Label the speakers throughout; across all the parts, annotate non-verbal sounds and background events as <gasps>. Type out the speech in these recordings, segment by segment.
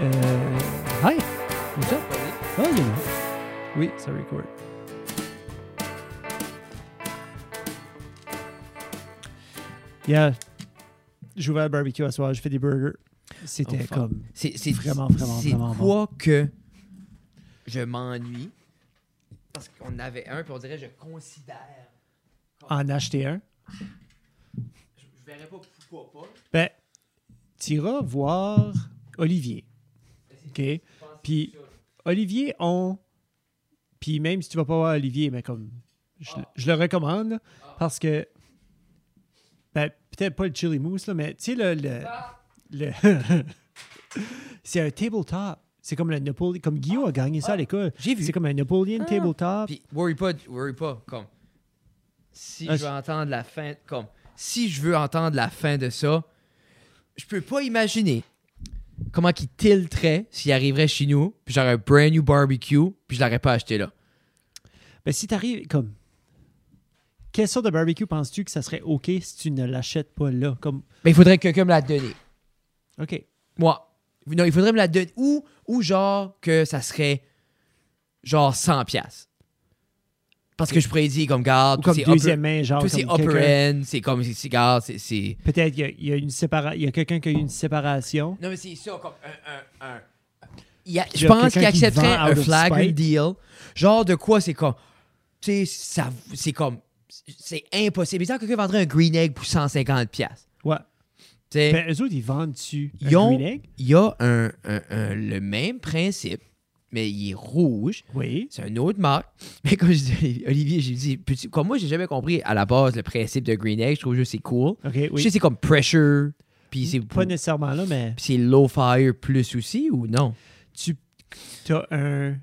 Speaker 1: Uh, hi. What's up? Oh, you know. Oui, ça record. Yeah. Je vais à barbecue à soir, je fais des burgers. C'était
Speaker 2: Enfin.
Speaker 1: comme.
Speaker 2: C'est c'est-
Speaker 1: Vraiment, vraiment,
Speaker 2: c'est
Speaker 1: vraiment
Speaker 2: quoi que je m'ennuie parce qu'on avait un puis on dirait je considère.
Speaker 1: En acheter un.
Speaker 2: Je, je verrais pas pourquoi pas.
Speaker 1: Ben, t'iras voir Olivier. OK? Puis, Olivier, on. Puis même si tu vas pas voir Olivier, mais comme. Je, je le recommande là,
Speaker 2: Ah.
Speaker 1: parce que. Ben, peut-être pas le chili mousse, là, mais tu sais, le. le,
Speaker 2: Ah.
Speaker 1: le- <laughs> c'est un tabletop. C'est comme le Napoli. Comme Guillaume a gagné ça à l'école.
Speaker 2: Ah. J'ai vu.
Speaker 1: C'est comme un Napoleon
Speaker 2: Ah.
Speaker 1: tabletop.
Speaker 2: Puis worry pas, worry pas comme si
Speaker 1: Ah,
Speaker 2: je veux entendre la fin comme si je veux entendre la fin de ça, je peux pas imaginer comment qu'il tilterait s'il arriverait chez nous, puis j'aurais un brand new barbecue, puis je l'aurais pas acheté là.
Speaker 1: Ben, si t'arrives, comme. Quelle sorte de barbecue penses-tu que ça serait OK si tu ne l'achètes pas là? Comme.
Speaker 2: Mais il faudrait que quelqu'un me la donne.
Speaker 1: OK.
Speaker 2: Moi. Non, il faudrait me la donner. Ou, ou genre que ça serait genre 100 pièces Parce que je pourrais dire comme, garde,
Speaker 1: Ou
Speaker 2: toi,
Speaker 1: comme
Speaker 2: c'est
Speaker 1: deuxième
Speaker 2: upper,
Speaker 1: main, genre.
Speaker 2: toi, c'est
Speaker 1: comme quelqu'un-
Speaker 2: upper end, c'est comme, c'est, c'est- garde, c'est, c'est-
Speaker 1: Peut-être qu'il y a- il y a, une sépara... il y a quelqu'un qui a eu une séparation.
Speaker 2: Non, mais c'est ça, comme un, un, un. Il y a-
Speaker 1: Il y
Speaker 2: je
Speaker 1: a
Speaker 2: pense
Speaker 1: quelqu'un
Speaker 2: qu'il
Speaker 1: qui
Speaker 2: accepterait
Speaker 1: vend out
Speaker 2: un
Speaker 1: of
Speaker 2: flagrant
Speaker 1: spite.
Speaker 2: deal. Genre de quoi, c'est comme, tu sais, ça, c'est comme, c'est impossible. Mais que quelqu'un vendrait un green egg pour 150 pièces
Speaker 1: Ouais.
Speaker 2: Tu sais,
Speaker 1: Ben, eux autres, ils vendent dessus.
Speaker 2: Ils ont- il y a un, un- un- le même principe, mais il est rouge.
Speaker 1: Oui.
Speaker 2: C'est une autre marque. <laughs> Mais comme je dis, Olivier, j'ai dit, peux-tu- comme moi, j'ai jamais compris à la base le principe de Green Egg. Je trouve juste c'est cool.
Speaker 1: OK,
Speaker 2: Je sais,
Speaker 1: oui.
Speaker 2: c'est comme pressure, puis c'est
Speaker 1: Pas nécessairement là, mais
Speaker 2: puis c'est low fire plus aussi ou non?
Speaker 1: tu as un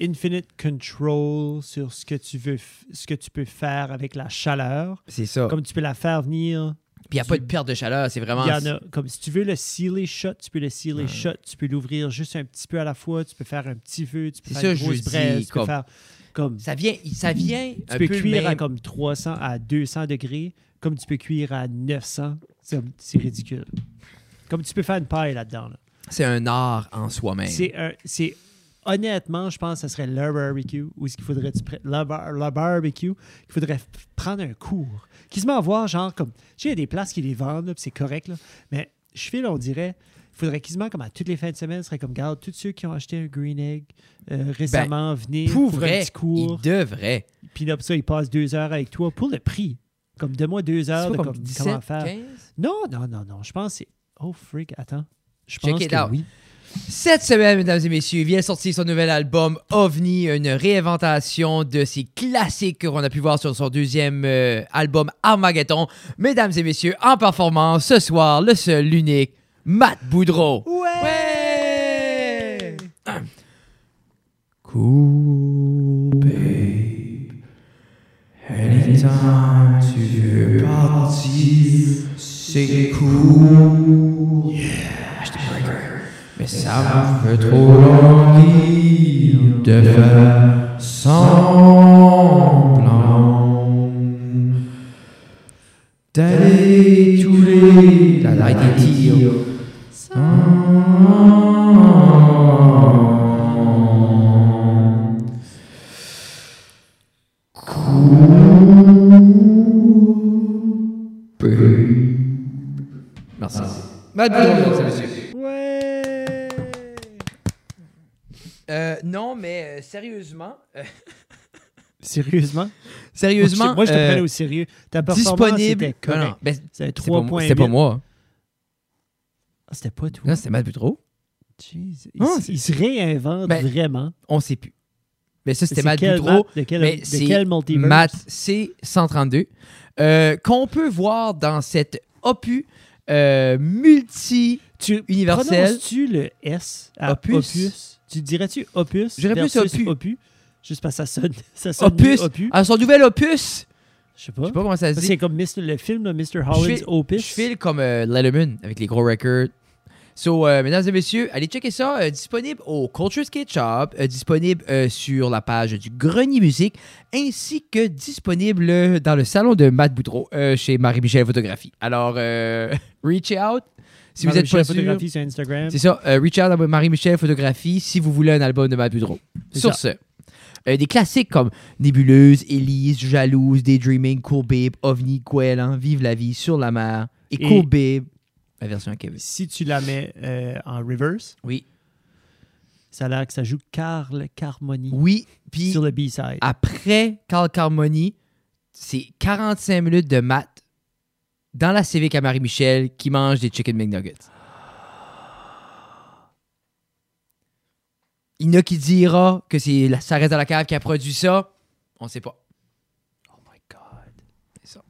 Speaker 1: infinite control sur ce que tu veux, f- ce que tu peux faire avec la chaleur.
Speaker 2: C'est ça.
Speaker 1: Comme tu peux la faire venir,
Speaker 2: Puis il n'y a pas de perte de chaleur, c'est
Speaker 1: il
Speaker 2: vraiment.
Speaker 1: y en a. Comme si tu veux le sealer shut, tu peux le sealer shut, tu peux l'ouvrir juste un petit peu à la fois, tu peux faire un petit feu, tu peux
Speaker 2: C'est
Speaker 1: faire
Speaker 2: ça,
Speaker 1: une
Speaker 2: je
Speaker 1: grosse
Speaker 2: dis,
Speaker 1: braise, tu peux
Speaker 2: comme-
Speaker 1: faire comme
Speaker 2: Ça vient, ça vient
Speaker 1: tu
Speaker 2: un
Speaker 1: peux
Speaker 2: peu le
Speaker 1: cuire à
Speaker 2: même-
Speaker 1: comme 300 à 200 degrés, comme tu peux cuire à 900. C'est c'est ridicule. Comme tu peux faire une paille là-dedans. là.
Speaker 2: C'est un art en soi-même.
Speaker 1: C'est un- C'est honnêtement, je pense que ce serait le barbecue ou ce qu'il faudrait tu pre- le, bar- le barbecue qu'il faudrait f- prendre un cours. Qui se voir genre comme tu sais, il y a des places qui les vendent, là, puis c'est correct là, mais je file on dirait il faudrait quasiment comme à toutes les fins de semaine, ce serait comme garde tous ceux qui ont acheté un green egg euh, récemment venir
Speaker 2: Ben, Pour
Speaker 1: pour un
Speaker 2: vrai,
Speaker 1: petit cours.
Speaker 2: il devrait.
Speaker 1: Puis là, pour ça, il passe deux heures avec toi pour le prix. Comme donne-moi deux
Speaker 2: C'est
Speaker 1: heures
Speaker 2: pas
Speaker 1: de
Speaker 2: comme,
Speaker 1: comme,
Speaker 2: 17,
Speaker 1: comment faire.
Speaker 2: 15?
Speaker 1: Non, non, non, non. Je pense que c'est. Oh, freak, attends. Je
Speaker 2: Check
Speaker 1: pense
Speaker 2: it
Speaker 1: que
Speaker 2: out.
Speaker 1: oui.
Speaker 2: Cette semaine, mesdames et messieurs, vient sortir son nouvel album OVNI, une réinventation de ses classiques qu'on a pu voir sur son deuxième euh, album Armageddon. Mesdames et messieurs, en performance ce soir, le seul, l'unique, Matt Boudreau. Ouais! Cool, babe. Anytime tu veux partir, c'est cool. Yeah, je te breaker. Mais ça me fait trop envie de faire semblant d'aller tous les... La light est deal. Merci.
Speaker 1: Ouais!
Speaker 2: Euh, non, mais euh, sérieusement, euh,
Speaker 1: Sérieusement?
Speaker 2: <laughs> sérieusement,
Speaker 1: Moi, je te
Speaker 2: euh,
Speaker 1: prenais au sérieux. Ta performance
Speaker 2: disponible.
Speaker 1: était
Speaker 2: Non,
Speaker 1: correct.
Speaker 2: non, ben, c'est
Speaker 1: C'était
Speaker 2: pas moi-
Speaker 1: 3 points.
Speaker 2: C'était pas moi. hein.
Speaker 1: Ah, c'était pas toi.
Speaker 2: Non, c'était Matt Boudreau.
Speaker 1: Jeez. Il,
Speaker 2: Non,
Speaker 1: s- il se réinvente
Speaker 2: Ben,
Speaker 1: vraiment.
Speaker 2: On sait plus. Mais ça, c'était
Speaker 1: C'est
Speaker 2: Matt
Speaker 1: quel map?
Speaker 2: Boudreau.
Speaker 1: De quel,
Speaker 2: mais
Speaker 1: de
Speaker 2: c'est
Speaker 1: quel multiverse?
Speaker 2: Matt C132, euh, qu'on peut voir dans cette opus euh, multi.
Speaker 1: Tu
Speaker 2: universel.
Speaker 1: Prononces-tu le S à opus?
Speaker 2: Opus.
Speaker 1: Tu dirais-tu opus?
Speaker 2: J'irais plus
Speaker 1: versus
Speaker 2: opus.
Speaker 1: Juste parce que ça sonne, <laughs> ça sonne
Speaker 2: Opus,
Speaker 1: mieux, opus.
Speaker 2: à Ah, son nouvel opus.
Speaker 1: Je sais
Speaker 2: Je
Speaker 1: pas.
Speaker 2: sais pas comment ça se
Speaker 1: Ça,
Speaker 2: dit.
Speaker 1: C'est comme Mr. le film, là, Mr. Holland's
Speaker 2: file-
Speaker 1: Opus.
Speaker 2: Je file comme euh, Letterman avec les gros records. So, euh, mesdames et messieurs, allez checker ça. euh, disponible au Culture Skate Shop, euh, disponible euh, sur la page du Grenier Musique, ainsi que disponible euh, dans le salon de Matt Boudreau euh, chez Marie-Michel Photographie. Alors, euh, <laughs> reach out. Si vous êtes pas sûr,
Speaker 1: photographie sur Instagram.
Speaker 2: c'est ça. euh, Richard, Marie-Michel, photographie, si vous voulez un album de Matt Boudreau.
Speaker 1: C'est
Speaker 2: Sur ce, euh, des classiques comme Nébuleuse, Élise, Jalouse, Daydreaming, Cool Babe, OVNI, Quellen, Vive la vie, Sur la mer et,
Speaker 1: Et-
Speaker 2: Cool Babe, la version à Kevin.
Speaker 1: Si tu la mets euh, en reverse,
Speaker 2: Oui.
Speaker 1: ça a l'air que ça joue Carl Carmoni
Speaker 2: Oui, Ah. puis
Speaker 1: sur le B-side.
Speaker 2: après Carl Carmoni, c'est 45 minutes de Matt dans la civique à Marie-Michel qui mange des Chicken McNuggets. Il y en a qui dira que c'est la Sarès à la cave qui a produit ça. On sait pas.
Speaker 1: Oh my God.
Speaker 2: C'est ça.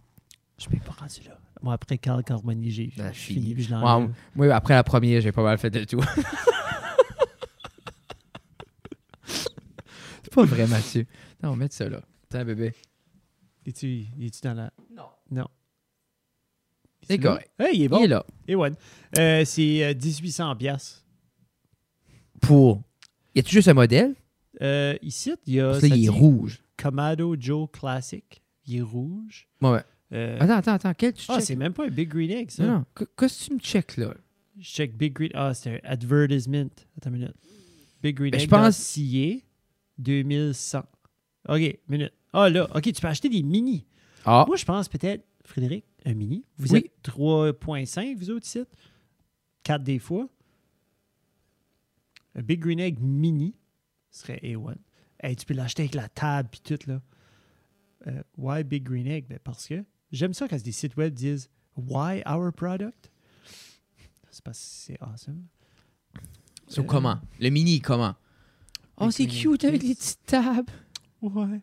Speaker 1: Je vais pas rendu là. Moi, après Carl Carmoni, j'ai
Speaker 2: Ah,
Speaker 1: j'ai
Speaker 2: fini.
Speaker 1: fini. puis je
Speaker 2: Moi,
Speaker 1: l'enlève.
Speaker 2: moi, après la première, j'ai pas mal fait
Speaker 1: <laughs>
Speaker 2: de tout. c'est pas vrai, Mathieu. Non, on va mettre ça là. Attends, bébé.
Speaker 1: Es-tu es-tu dans la.
Speaker 2: Non.
Speaker 1: Non.
Speaker 2: C'est
Speaker 1: Es-tu là?
Speaker 2: correct.
Speaker 1: Hey, il est bon.
Speaker 2: Il est là.
Speaker 1: Et one. Euh, c'est euh, 1800 piastres.
Speaker 2: Pour. Y a-tu juste un modèle?
Speaker 1: Euh, ici, il y a.
Speaker 2: Parce que là,
Speaker 1: ça
Speaker 2: il
Speaker 1: dit
Speaker 2: est rouge.
Speaker 1: Kamado Joe Classic. Il est rouge.
Speaker 2: Ouais, ouais.
Speaker 1: Euh,
Speaker 2: Attends, attends, attends. Quel tu
Speaker 1: ah,
Speaker 2: check?
Speaker 1: c'est même pas un Big Green Egg, ça.
Speaker 2: Non, non. Qu- Qu'est-ce que tu me check là?
Speaker 1: Je check Big Green. Ah, c'est un advertisement. Attends une minute. Big Green
Speaker 2: Ben, je
Speaker 1: Egg.
Speaker 2: pense-
Speaker 1: dans Sillé, 2100. OK, minute. Ah, là. OK, tu peux acheter des mini.
Speaker 2: Ah,
Speaker 1: Moi, je pense peut-être, Frédéric, un mini. Vous
Speaker 2: Oui.
Speaker 1: êtes 3.5, vous autres, sites. 4 des fois. Un Big Green Egg mini serait A1. Hey, tu peux l'acheter avec la table puis tout, là. Euh, why Big Green Egg? Ben, parce que j'aime ça quand des sites web disent Why our product? C'est parce que c'est awesome.
Speaker 2: so
Speaker 1: euh,
Speaker 2: comment? Le mini, comment? Oh, c'est
Speaker 1: Big
Speaker 2: cute avec
Speaker 1: Green
Speaker 2: les petites tables.
Speaker 1: Ouais.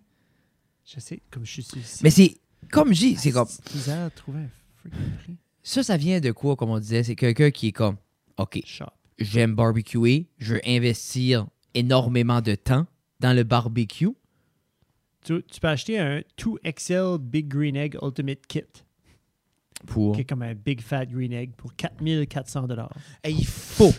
Speaker 1: Je sais, comme je suis sur le site.
Speaker 2: Mais c'est. Comme j'ai, Ah, c'est comme.
Speaker 1: C'est bizarre de trouver un freaking prix.
Speaker 2: Ça, ça vient de quoi, comme on disait? C'est quelqu'un qui est comme. OK,
Speaker 1: Shop.
Speaker 2: j'aime barbecuer. Je veux investir énormément de temps dans le barbecue.
Speaker 1: tu, tu peux acheter un 2XL Big Green Egg Ultimate Kit,
Speaker 2: Pour.
Speaker 1: qui est comme un Big Fat Green Egg pour 4400
Speaker 2: Et il faut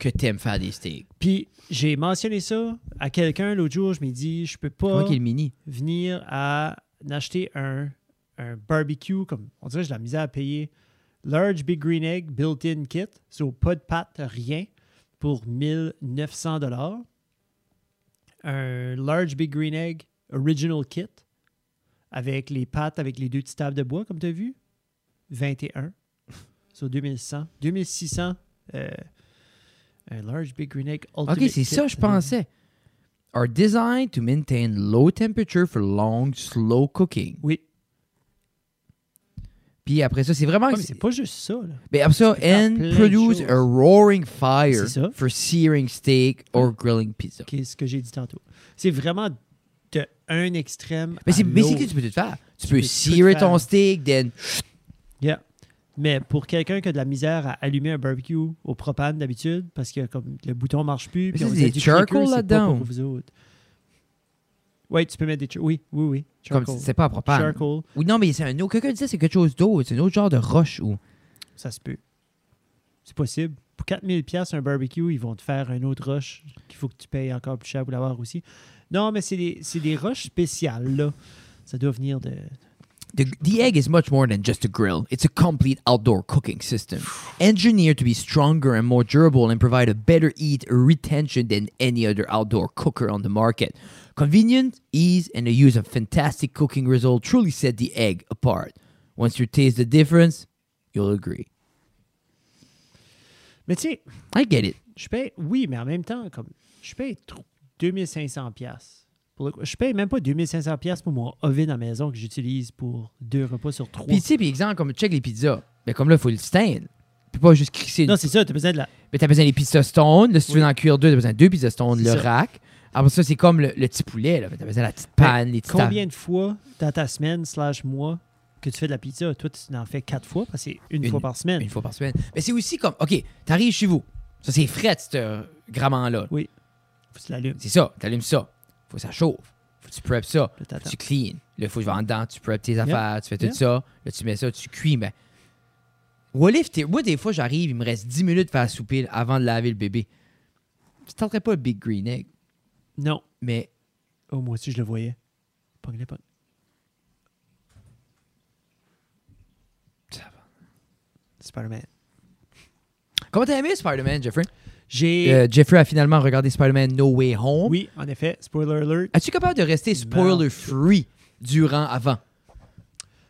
Speaker 2: que t'aimes faire des steaks.
Speaker 1: Puis j'ai mentionné ça à quelqu'un l'autre jour, je m'ai dit, je peux pas
Speaker 2: Comment qu'il est le mini?
Speaker 1: venir à acheter un, un barbecue, comme on dirait, j'ai de la misère à payer. Large Big Green Egg Built-in Kit, so pas de pâte, rien, pour 1900 Un Large Big Green Egg Original Kit, avec les pâtes, avec les deux petites tables de bois, comme tu as vu, 21. <laughs> So 2100. 2600. euh, un Large Big Green Egg Ultimate
Speaker 2: OK, c'est
Speaker 1: Kit.
Speaker 2: ça, je pensais. Are designed to maintain low temperature for long, slow cooking.
Speaker 1: Oui.
Speaker 2: Puis après ça, Ah, c'est vraiment.
Speaker 1: Ouais, mais c'est pas juste ça, là.
Speaker 2: Mais après ça,
Speaker 1: c'est
Speaker 2: and
Speaker 1: plein de
Speaker 2: produce
Speaker 1: choses.
Speaker 2: a roaring fire
Speaker 1: C'est ça. Mm.
Speaker 2: for searing steak or grilling pizza.
Speaker 1: qui est ce que j'ai dit tantôt. C'est vraiment de un extrême
Speaker 2: Mais
Speaker 1: à
Speaker 2: c'est
Speaker 1: l'autre.
Speaker 2: basically, tu peux tout faire. Tu peux
Speaker 1: peux tout
Speaker 2: searer ton
Speaker 1: faire.
Speaker 2: steak, then.
Speaker 1: Yeah. Mais pour quelqu'un qui a de la misère à allumer un barbecue au propane d'habitude, parce que comme le bouton marche plus, puis
Speaker 2: ça,
Speaker 1: on
Speaker 2: c'est
Speaker 1: dit
Speaker 2: des
Speaker 1: du
Speaker 2: charcoal
Speaker 1: clicker, c'est pas
Speaker 2: là-dedans.
Speaker 1: pour vous autres. Ouais, tu peux mettre des char- oui, oui, oui,
Speaker 2: Comme
Speaker 1: charcoal.
Speaker 2: c'est pas à propane.
Speaker 1: charcoal,
Speaker 2: Ou non, mais c'est un autre. Quelqu'un disait c'est quelque chose d'autre. C'est un autre genre de roche ou.
Speaker 1: ça se peut. C'est possible. Pour 4000 pièces un barbecue, ils vont te faire un autre rush qu'il faut que tu payes encore plus cher pour l'avoir aussi. Non, mais c'est des c'est des rushs spéciales là. Ça doit venir de
Speaker 2: The, the egg is much more than just a grill. It's a complete outdoor cooking system, engineered to be stronger and more durable and provide a better heat retention than any other outdoor cooker on the market. Convenience, ease, and the use of fantastic cooking result truly set the egg apart. Once you taste the difference, you'll agree.
Speaker 1: Mais tu sais,
Speaker 2: I get it.
Speaker 1: je paye, oui, mais en même temps, comme, je paye tr- 2500 pièces. Je paye même pas 2500 pièces pour mon oven à la maison que j'utilise pour deux repas sur trois.
Speaker 2: Puis tu sais, puis exemple, comme check les pizzas. Mais comme là, il faut le stand. Tu peux pas juste crisser. une-
Speaker 1: non, c'est ça, t'as besoin de la...
Speaker 2: Mais t'as besoin des pizzas stone. Là, si tu veux
Speaker 1: Oui.
Speaker 2: en cuire deux, t'as besoin de deux pizzas stone,
Speaker 1: C'est
Speaker 2: le
Speaker 1: ça.
Speaker 2: rack. Après ça, c'est comme le, le petit poulet. Là. T'as besoin de la petite panne, les petites
Speaker 1: Combien de fois dans ta semaine slash mois que tu fais de la pizza? Toi, tu en fais quatre fois parce que c'est une,
Speaker 2: Une-
Speaker 1: fois par semaine.
Speaker 2: Une fois par semaine. Mais c'est aussi comme, OK, t'arrives chez vous. Ça, c'est fret, ce euh, gramment-là.
Speaker 1: Faut que tu l'allumes.
Speaker 2: C'est ça, t'allumes ça. Faut que ça chauffe. Faut que tu prep ça.
Speaker 1: Là,
Speaker 2: Faut que
Speaker 1: t'attends.
Speaker 2: tu clean. Là, faut que je vais en dedans, tu prep tes affaires, tu fais tout
Speaker 1: Yeah.
Speaker 2: ça. Là, tu mets ça, tu cuis. Mais. What if t'es- Moi, des fois, j'arrive, il me reste 10 minutes pour faire souper avant de laver le bébé. Tu tenterais pas le Big Green Egg,
Speaker 1: Non.
Speaker 2: mais
Speaker 1: Oh, moi aussi, je le voyais. Pogne les pogne.
Speaker 2: Ça
Speaker 1: Spider-Man.
Speaker 2: Comment t'as aimé Spider-Man, Jeffrey?
Speaker 1: J'ai.
Speaker 2: Euh, Jeffrey a finalement regardé Spider-Man No Way Home.
Speaker 1: oui, en effet, spoiler alert.
Speaker 2: As-tu capable de rester spoiler-free durant, avant?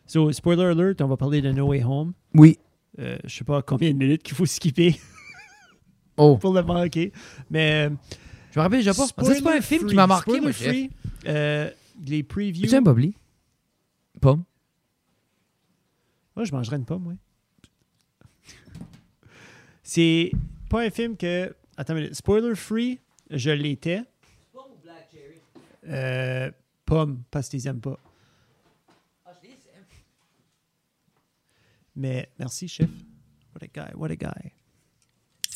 Speaker 1: So, spoiler alert, on va parler de No Way Home.
Speaker 2: Oui.
Speaker 1: Euh, je sais pas combien de minutes qu'il faut
Speaker 2: <laughs>
Speaker 1: skipper
Speaker 2: Oh,
Speaker 1: pour le manquer. Mais. euh,
Speaker 2: je me rappelle déjà pas. C'est pas un film qui m'a marqué, moi, Jeff.
Speaker 1: free, euh, Les previews.
Speaker 2: As-tu un Bob Lee? Pomme?
Speaker 1: Moi, je mangerais une pomme, oui. C'est pas un film que. Attends une minute. Spoiler free, je l'étais. Euh, pomme, parce que tu les aimes pas.
Speaker 2: Ah,
Speaker 1: Mais merci, chef. What a guy, what a guy.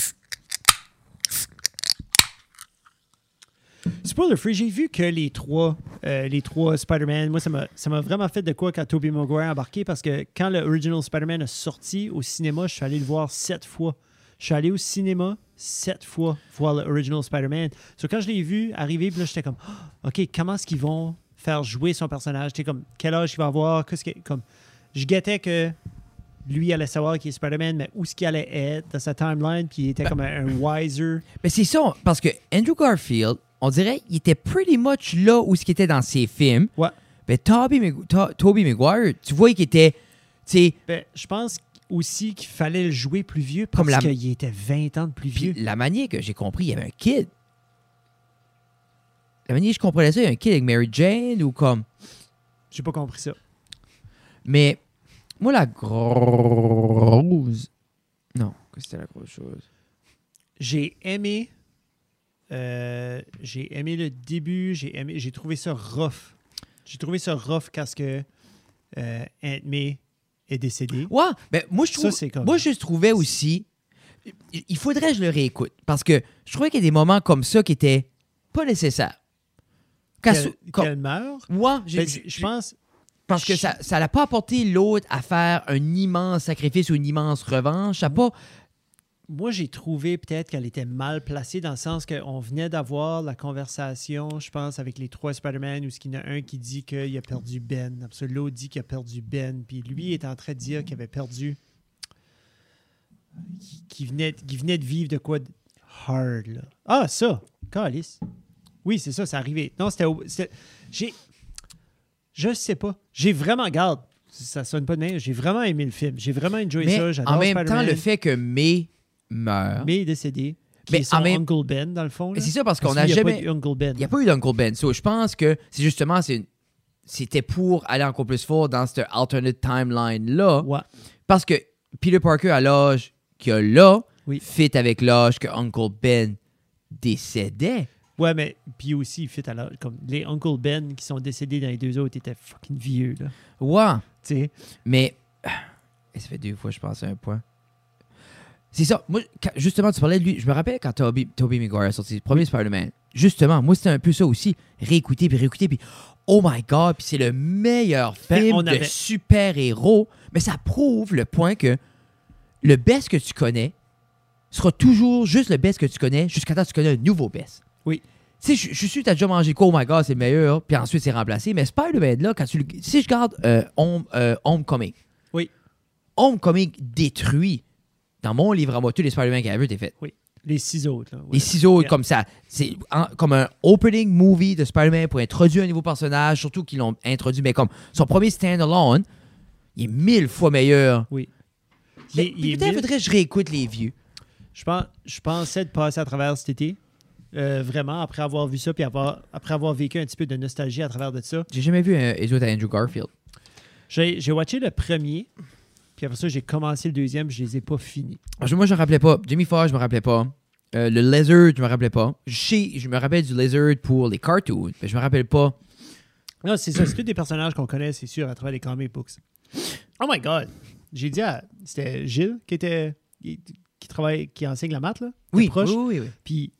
Speaker 1: Spoiler free, j'ai vu que les trois, euh, les trois Spider-Man, moi, ça m'a ça m'a vraiment fait de quoi quand Tobey Maguire a embarqué parce que quand le original Spider-Man a sorti au cinéma, je suis allé le voir sept fois. Je suis allé au cinéma sept fois voir le original Spider-Man. So, quand je l'ai vu arriver, puis là, j'étais comme, Ah, OK, comment est-ce qu'ils vont faire jouer son personnage? Tu sais, comme, quel âge il va avoir? Qu'est-ce que, comme, je guettais que lui allait savoir qu'il est Spider-Man, mais où est-ce qu'il allait être dans sa timeline, puis il était comme un, un wiser.
Speaker 2: Mais c'est ça, parce que Andrew Garfield, on dirait, il était pretty much là où ce qu'il était dans ses films.
Speaker 1: Ouais.
Speaker 2: Mais Tobey Mag- To- Tobey Maguire, tu vois qu'il était, tu sais,
Speaker 1: Ben, je pense aussi qu'il fallait le jouer plus vieux
Speaker 2: Comme
Speaker 1: parce
Speaker 2: la-
Speaker 1: qu'il était 20 ans de plus
Speaker 2: Puis
Speaker 1: vieux.
Speaker 2: la manière que j'ai compris, il y avait un kid. La manière que je comprenais ça, il y a un kid avec Mary Jane ou comme.
Speaker 1: J'ai pas compris ça.
Speaker 2: Mais moi, la grosse. Non, que c'était la grosse chose.
Speaker 1: J'ai aimé. euh, j'ai aimé le début. J'ai aimé. J'ai trouvé ça rough. J'ai trouvé ça rough parce que euh, Aunt May est décédée.
Speaker 2: Ouais, ben moi je
Speaker 1: Ça,
Speaker 2: trouve.
Speaker 1: c'est comme-
Speaker 2: moi je trouvais aussi. il- Il faudrait que je le réécoute parce que je trouvais qu'il y a des moments comme ça qui étaient pas nécessaires. Quand-
Speaker 1: Qu'elle
Speaker 2: comme-
Speaker 1: qu'elle meurt.
Speaker 2: Ouais, j'ai-
Speaker 1: Ben,
Speaker 2: j'ai-
Speaker 1: je pense.
Speaker 2: Parce que ça ça l'a pas apporté l'autre à faire un immense sacrifice ou une immense revanche. Ça a pas.
Speaker 1: Moi, j'ai trouvé peut-être qu'elle était mal placée dans le sens qu'on venait d'avoir la conversation, je pense, avec les trois Spider-Man, où il y en a un qui dit qu'il a perdu Ben. Après ça, L'autre dit qu'il a perdu Ben. Puis lui est en train de dire qu'il avait perdu. Qu'il venait, qu'il venait de vivre de quoi de hard, là. Ah, ça! Calice. Oui, c'est ça, c'est arrivé. Non, c'était. au- c'était- J'ai. Je sais pas. J'ai vraiment. Garde, ça sonne pas de même. J'ai vraiment aimé le film. J'ai vraiment enjoyé
Speaker 2: Mais
Speaker 1: ça. J'adore
Speaker 2: en même temps,
Speaker 1: Spider-Man.
Speaker 2: le fait que May meurt,
Speaker 1: Mais il est décédé. Qui
Speaker 2: Hein? Mais
Speaker 1: est son
Speaker 2: en même-
Speaker 1: Uncle Ben, dans le fond. là.
Speaker 2: c'est ça parce qu'on
Speaker 1: Parce
Speaker 2: n'a
Speaker 1: qu'il y a
Speaker 2: jamais.
Speaker 1: pas d'Uncle Ben.
Speaker 2: Il n'y a pas eu d'Uncle Ben. So, je pense que c'est justement, c'est une- c'était pour aller encore plus fort dans cette alternate timeline-là.
Speaker 1: Ouais.
Speaker 2: Parce que Peter Parker, à l'âge qu'il a là,
Speaker 1: Oui.
Speaker 2: fit avec l'âge que Uncle Ben décédait.
Speaker 1: Ouais, mais puis aussi, il fit à l'âge. Comme les Uncle Ben qui sont décédés dans les deux autres étaient fucking vieux, là.
Speaker 2: Ouais.
Speaker 1: Tu sais.
Speaker 2: Mais. <sighs> Et ça fait deux fois, je pense, à un point. C'est ça. Moi, quand- justement, tu parlais de lui. Je me rappelle quand Toby, Toby Maguire a sorti le premier Spider-Man. Justement, moi, c'était un peu ça aussi. Réécouter, puis réécouter, puis oh my god, puis c'est le meilleur
Speaker 1: Ben,
Speaker 2: film
Speaker 1: on
Speaker 2: de
Speaker 1: avait-
Speaker 2: super-héros. Mais ça prouve le point que le best que tu connais sera toujours juste le best que tu connais jusqu'à temps que tu connais un nouveau best.
Speaker 1: Oui.
Speaker 2: Tu sais, je- je suis sûr que t'as déjà mangé quoi, oh my god, c'est le meilleur, puis ensuite c'est remplacé. Mais Spider-Man, là, quand tu le- Si je garde euh, Home, euh, Homecoming.
Speaker 1: Oui.
Speaker 2: Homecoming détruit. Dans mon livre à moi, tous les Spider-Man qu'il y avait étaient faits.
Speaker 1: Oui. Les six autres, là. ouais.
Speaker 2: Les ciseaux,
Speaker 1: Yeah.
Speaker 2: comme ça, c'est en- comme un opening movie de Spider-Man pour introduire un nouveau personnage, surtout qu'ils l'ont introduit, mais comme son premier stand-alone, il est mille fois meilleur.
Speaker 1: Oui. Il
Speaker 2: Mais,
Speaker 1: est- il est
Speaker 2: peut-être
Speaker 1: mille-
Speaker 2: faudrait que je réécoute les vieux.
Speaker 1: Je, pense, je pensais de passer à travers cet été. Euh, vraiment, après avoir vu ça, puis avoir, après avoir vécu un petit peu de nostalgie à travers de ça.
Speaker 2: J'ai jamais vu un épisode à Andrew Garfield.
Speaker 1: J'ai j'ai watché le premier, puis après ça, j'ai commencé le deuxième, puis je les ai pas finis.
Speaker 2: Je- Moi, je me rappelais pas. Jimmy Fox, je me rappelais pas. Euh, le Lizard, je me rappelais pas. Je, sais- je me rappelle du Lizard pour les cartoons, mais je me rappelle pas.
Speaker 1: Non, c'est ça. C'est tous des personnages qu'on connaît, c'est sûr, à travers les comic books. Oh my God! J'ai dit à... C'était Gilles qui était... Qui, qui travaille... Qui enseigne la maths, là.
Speaker 2: Oui,
Speaker 1: le proche.
Speaker 2: oui, oui, oui.
Speaker 1: Puis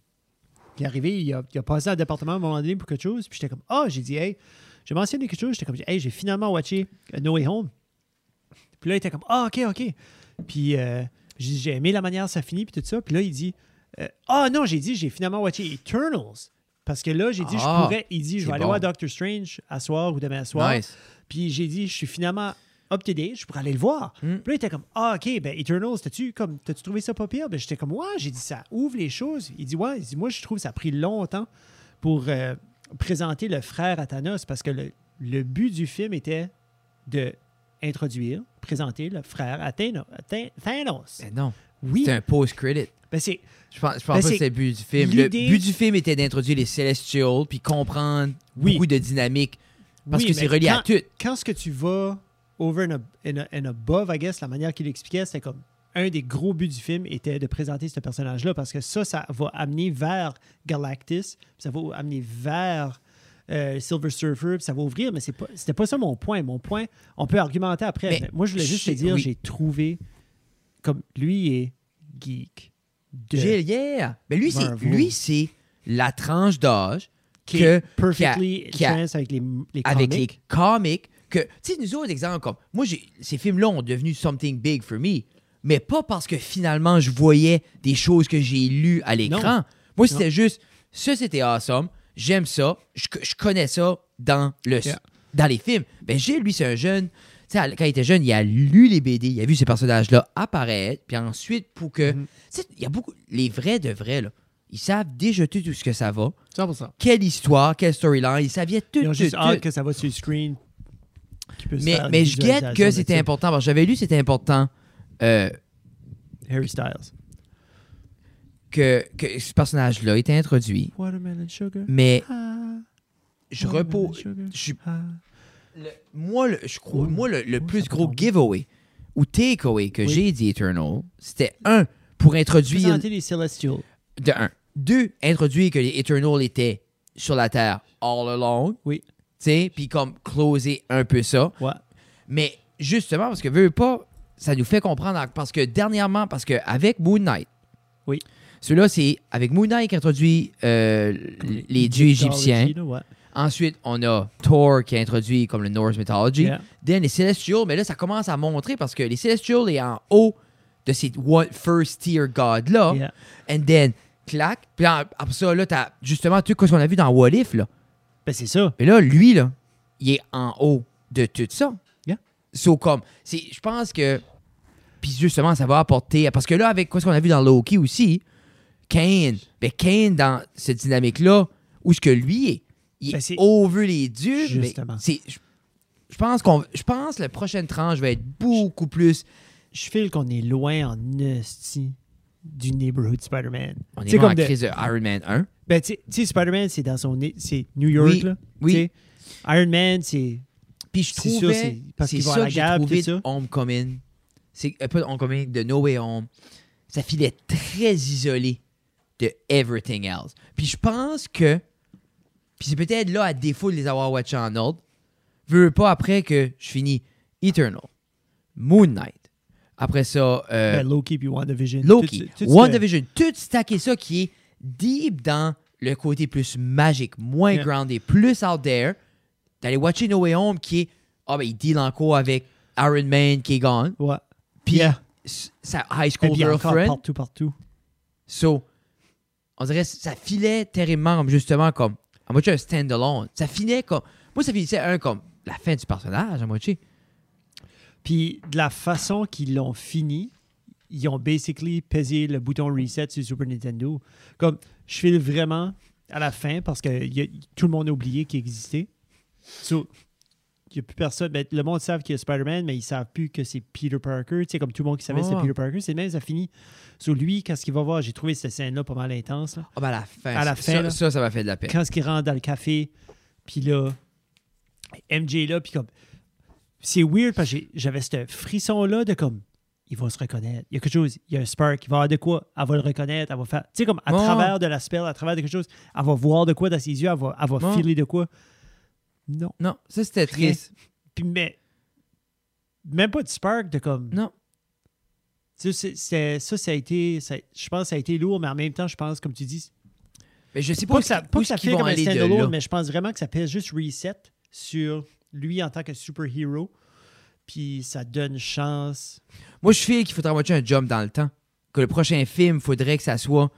Speaker 1: il est arrivé, il a, il a passé à un département à un moment donné pour quelque chose. Puis j'étais comme, ah, j'ai dit, hey, j'ai mentionné quelque chose. J'étais comme, hey, j'ai finalement watché euh, No Way Home. Puis là, il était comme, ah, ok, ok. Puis euh, j'ai dit, j'ai aimé la manière ça finit, puis tout ça. Puis là, il dit, euh, ah non, j'ai dit, j'ai finalement watché Eternals. Parce que là, j'ai dit,
Speaker 2: Ah,
Speaker 1: je pourrais, il dit, je
Speaker 2: c'est
Speaker 1: vais aller
Speaker 2: bon.
Speaker 1: voir Doctor Strange à soir ou demain à soir.
Speaker 2: Nice.
Speaker 1: Puis j'ai dit, je suis finalement up to date, je pourrais aller le voir.
Speaker 2: Mm.
Speaker 1: Puis là, il était comme, ah, OK, ben Eternals, t'as-tu comme, t'as-tu trouvé ça pas pire? Ben, j'étais comme, ouais, j'ai dit, ça ouvre les choses. Il dit, ouais, il dit, moi, je trouve que ça a pris longtemps pour euh, présenter le frère à Thanos parce que le, le but du film était de introduire, présenter le frère à Thano- à Tha- Thanos.
Speaker 2: Ben non,
Speaker 1: Oui,
Speaker 2: c'est un post-credit.
Speaker 1: ben c'est
Speaker 2: Je pense, je pense
Speaker 1: Ben,
Speaker 2: pas que
Speaker 1: c'est
Speaker 2: c'est le but du film. Le
Speaker 1: l'idée-
Speaker 2: but du film était d'introduire les Celestials puis comprendre
Speaker 1: Oui.
Speaker 2: beaucoup de dynamique parce
Speaker 1: Oui,
Speaker 2: que c'est
Speaker 1: mais
Speaker 2: relié à
Speaker 1: quand- Euh.
Speaker 2: tout.
Speaker 1: quand ce que tu vas over and, ab- and a- and above, I guess, la manière qu'il expliquait, c'était comme un des gros buts du film était de présenter ce personnage-là parce que ça, ça va amener vers Galactus, puis ça va amener vers euh, Silver Surfer, puis ça va ouvrir, mais c'est pas- c'était pas ça mon point. Mon point, on peut argumenter après.
Speaker 2: Mais
Speaker 1: mais moi, je voulais juste te
Speaker 2: j'ai-
Speaker 1: dire,
Speaker 2: oui.
Speaker 1: j'ai trouvé comme lui est geek. de-
Speaker 2: J'ai- yeah. Mais lui, c'est,
Speaker 1: Marvel.
Speaker 2: lui, c'est la tranche d'âge
Speaker 1: qui
Speaker 2: que
Speaker 1: est perfectly
Speaker 2: qui a-
Speaker 1: trans avec les, les
Speaker 2: avec
Speaker 1: comics.
Speaker 2: les comics que, tu sais, nous autres, exemple, comme, moi, j'ai, ces films-là ont devenu something big for me, mais pas parce que finalement je voyais des choses que j'ai lues à l'écran. Moi, c'était juste, ça, c'était awesome, j'aime ça, je, je connais ça dans, le,
Speaker 1: Yeah.
Speaker 2: dans les films. Ben, Gilles, lui, c'est un jeune, tu sais, quand il était jeune, il a lu les BD, il a vu ces personnages-là apparaître, puis ensuite, pour que,
Speaker 1: Mm-hmm.
Speaker 2: tu sais, il y a beaucoup, les vrais de vrais, là, ils savent déjà tout ce que ça va,
Speaker 1: 100%.
Speaker 2: quelle histoire, quelle storyline, ils savaient tout,
Speaker 1: Ils ont
Speaker 2: tout,
Speaker 1: juste
Speaker 2: tout.
Speaker 1: hâte que ça va sur le screen. qu'ils puissent
Speaker 2: Mais,
Speaker 1: faire
Speaker 2: mais
Speaker 1: une
Speaker 2: je guette
Speaker 1: visualisation
Speaker 2: que
Speaker 1: de
Speaker 2: c'était
Speaker 1: ça.
Speaker 2: important. Parce que j'avais lu que c'était important euh,
Speaker 1: Harry Styles.
Speaker 2: que, que ce personnage-là était introduit.
Speaker 1: Watermelon sugar.
Speaker 2: Mais
Speaker 1: Ah,
Speaker 2: je
Speaker 1: watermelon
Speaker 2: repose.
Speaker 1: sugar.
Speaker 2: je-
Speaker 1: Ah.
Speaker 2: le- moi, le, je crois,
Speaker 1: Ouais.
Speaker 2: moi, le,
Speaker 1: Ouais,
Speaker 2: le plus
Speaker 1: ça peut
Speaker 2: gros
Speaker 1: tomber.
Speaker 2: giveaway ou takeaway que
Speaker 1: Oui.
Speaker 2: j'ai dit Eternal, c'était un, pour introduire.
Speaker 1: Présenter les Celestials.
Speaker 2: De un. Deux, introduire que les Eternals étaient sur la Terre all along.
Speaker 1: Oui.
Speaker 2: Tu sais, puis comme closer un peu ça.
Speaker 1: Ouais.
Speaker 2: Mais justement, parce que veut pas, ça nous fait comprendre. Parce que dernièrement, parce que avec Moon Knight,
Speaker 1: Oui.
Speaker 2: celui-là, c'est avec Moon Knight qui introduit euh, l- les dieux égyptiens.
Speaker 1: Mythology, là, ouais.
Speaker 2: Ensuite, on a Thor qui introduit comme le Norse Mythology.
Speaker 1: Yeah.
Speaker 2: Then les Celestials, mais là, ça commence à montrer parce que les Celestials est en haut de ces one- first tier gods-là.
Speaker 1: Yeah.
Speaker 2: And then, clac. Puis en- après ça, là, t'as justement tout ce qu'on a vu dans What If, là.
Speaker 1: Ben, c'est ça.
Speaker 2: Mais là, lui, là, il est en haut de tout ça.
Speaker 1: Yeah.
Speaker 2: So, comme, c'est, je pense que. Puis justement, ça va apporter. Parce que là, avec quoi ce qu'on a vu dans Loki aussi, Kane, ben Kane, dans cette dynamique-là, où ce que lui est, il
Speaker 1: Ben,
Speaker 2: est
Speaker 1: c'est-
Speaker 2: over les dieux. mais
Speaker 1: Justement.
Speaker 2: c'est, je, je pense qu'on, je pense que la prochaine tranche va être beaucoup plus.
Speaker 1: Je file qu'on est loin en esti du neighborhood Spider-Man.
Speaker 2: On
Speaker 1: Tu
Speaker 2: est
Speaker 1: sais,
Speaker 2: vraiment en
Speaker 1: comme de-
Speaker 2: crise de Iron Man 1.
Speaker 1: Ben, tu sais- tu sais, Spider-Man, c'est dans son. C'est New York,
Speaker 2: Oui,
Speaker 1: là.
Speaker 2: oui.
Speaker 1: Tu sais, Iron Man, c'est.
Speaker 2: Puis je
Speaker 1: C'est sûr,
Speaker 2: trouvais,
Speaker 1: c'est- parce
Speaker 2: c'est
Speaker 1: qu'il va à
Speaker 2: ça
Speaker 1: la
Speaker 2: que j'ai
Speaker 1: gare,
Speaker 2: trouvé
Speaker 1: tout ça.
Speaker 2: de Homecoming. C'est euh, pas de Homecoming, de No Way Home. Ça filait très isolé de everything else. Puis je pense que, puis c'est peut-être là à défaut de les avoir watchés en ordre, veux veux pas après que je finis Eternal, Moon Knight, après ça euh,
Speaker 1: ben, Loki puis WandaVision.
Speaker 2: Loki,
Speaker 1: Tout- tout- tout-
Speaker 2: WandaVision, tout stacker ça qui est deep dans le côté plus magique, moins
Speaker 1: Yeah.
Speaker 2: grounded, plus out there, d'aller watcher No Way Home qui est, ah ben il deal encore avec Iron Man qui est gone,
Speaker 1: Ouais.
Speaker 2: puis
Speaker 1: Yeah.
Speaker 2: s- sa high
Speaker 1: Et
Speaker 2: school
Speaker 1: puis encore
Speaker 2: girlfriend.
Speaker 1: partout, partout.
Speaker 2: So, on dirait ça filait terriblement comme justement comme, à moitié un stand-alone. Ça filait comme, moi ça finissait un comme la fin du personnage à moitié.
Speaker 1: Puis de la façon qu'ils l'ont fini, ils ont basically pesé le bouton reset sur Super Nintendo. Comme je file vraiment à la fin parce que il y a- tout le monde a oublié qu'il existait. So, il n'y a plus personne. ben, le monde savent qu'il y a Spider-Man, mais ils ne savent plus que c'est Peter Parker. Tu sais, comme tout le monde qui savait que
Speaker 2: Ouais.
Speaker 1: c'était Peter Parker, c'est même ça finit. Sur lui, quand ce qu'il va voir, j'ai trouvé cette scène-là pas mal intense. là.
Speaker 2: Ah ben à la fin,
Speaker 1: À la
Speaker 2: ça-
Speaker 1: fin,
Speaker 2: ça-
Speaker 1: là.
Speaker 2: ça, ça m'a fait de la peine.
Speaker 1: Quand ce qu'il rentre dans le café, puis là, MJ est là, puis comme. C'est weird parce que j'ai- j'avais ce frisson-là de comme. Il va se reconnaître. Il y a quelque chose, il y a un spark, il va y avoir de quoi. Elle va le reconnaître, elle va faire. Tu sais, comme à
Speaker 2: Ouais.
Speaker 1: travers de la spell, à travers de quelque chose, elle va voir de quoi dans ses yeux, elle va, elle va
Speaker 2: Ouais.
Speaker 1: filer de quoi. Non.
Speaker 2: Non, ça c'était
Speaker 1: Rien.
Speaker 2: triste.
Speaker 1: Puis, mais. Même pas de spark, de comme.
Speaker 2: Non.
Speaker 1: Tu sais, c'est- c'est- ça, ça a été. ça- je pense que ça a été lourd, mais en même temps, je pense, comme tu dis,
Speaker 2: Mais je sais pas,
Speaker 1: pas
Speaker 2: où
Speaker 1: que ça, pas
Speaker 2: est-ce où
Speaker 1: que
Speaker 2: est-ce
Speaker 1: ça
Speaker 2: qu'ils
Speaker 1: fait
Speaker 2: vont
Speaker 1: comme un
Speaker 2: aller de
Speaker 1: standalone,
Speaker 2: là.
Speaker 1: mais je pense vraiment que ça pèse juste reset sur lui en tant que super-héros. Puis ça donne chance.
Speaker 2: Moi, je file qu'il faudrait moitié un jump dans le temps. Que le prochain film, faudrait que ça soit.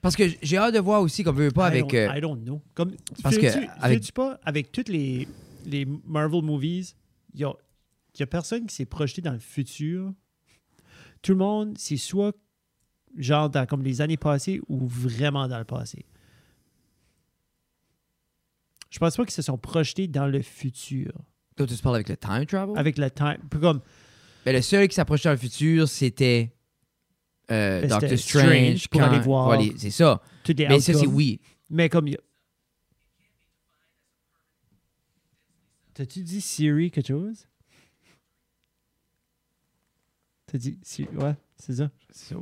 Speaker 2: Parce que j'ai hâte de voir aussi qu'on veut pas
Speaker 1: I
Speaker 2: avec.
Speaker 1: don't-
Speaker 2: euh,
Speaker 1: I don't know. Comme, parce
Speaker 2: Parce que
Speaker 1: que.
Speaker 2: avec-
Speaker 1: tu pas, avec toutes les, les Marvel movies, ils ont, qu'il n'y a personne qui s'est projeté dans le futur. Tout le monde, c'est soit genre dans comme les années passées ou vraiment dans le passé. Je pense pas qu'ils se sont projetés dans le futur.
Speaker 2: Toi, tu parles avec le time travel?
Speaker 1: Avec le temps. Comme
Speaker 2: Mais le seul qui s'approchait dans le futur, c'était euh,
Speaker 1: Ben,
Speaker 2: Doctor
Speaker 1: c'était
Speaker 2: Strange.
Speaker 1: Strange pour aller voir.
Speaker 2: c'est ça.
Speaker 1: tout des
Speaker 2: Mais ça, c'est
Speaker 1: outcomes.
Speaker 2: oui.
Speaker 1: Mais comme. il y a- T'as-tu dit Siri quelque chose? T'as dit Siri. Ouais, c'est ça.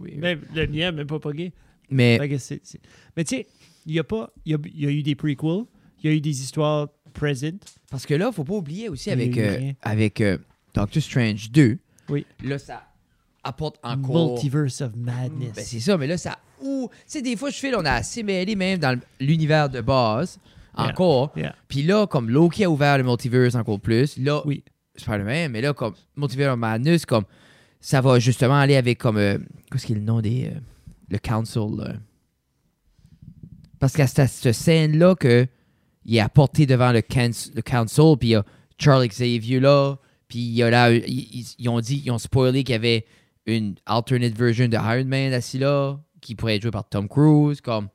Speaker 2: Mais,
Speaker 1: Même, le mien, même pas pogué.
Speaker 2: mais,
Speaker 1: Fait que c'est- c'est- Mais tu sais, il y a pas. Il y a, il y a eu des prequels, il y a eu des histoires present.
Speaker 2: parce que là, faut pas oublier aussi
Speaker 1: Il y a
Speaker 2: avec,
Speaker 1: eu
Speaker 2: euh,
Speaker 1: rien.
Speaker 2: avec euh, Doctor Strange 2.
Speaker 1: Oui.
Speaker 2: Là, ça apporte encore.
Speaker 1: Multiverse of Madness.
Speaker 2: Ben, c'est ça, mais là, ça. Ou, tu sais, des fois, je fais, là, on a assez mêlé même dans l'univers de base,
Speaker 1: Yeah.
Speaker 2: encore.
Speaker 1: Yeah.
Speaker 2: Puis là, comme Loki a ouvert le multiverse encore plus, là,
Speaker 1: Oui.
Speaker 2: c'est pas le même, mais là, comme Multiverse of Madness, comme ça va justement aller avec comme. euh, Qu'est-ce qui est le nom des. euh, le Council. là? Parce qu'à cette, cette scène-là, que il est apporté devant le, canc- le Council, puis il y a Charles Xavier là, puis il y a là. Ils, ils- ils ont dit, ils ont spoilé qu'il y avait une alternate version de Iron Man assis là, qui pourrait être jouée par Tom Cruise, comme.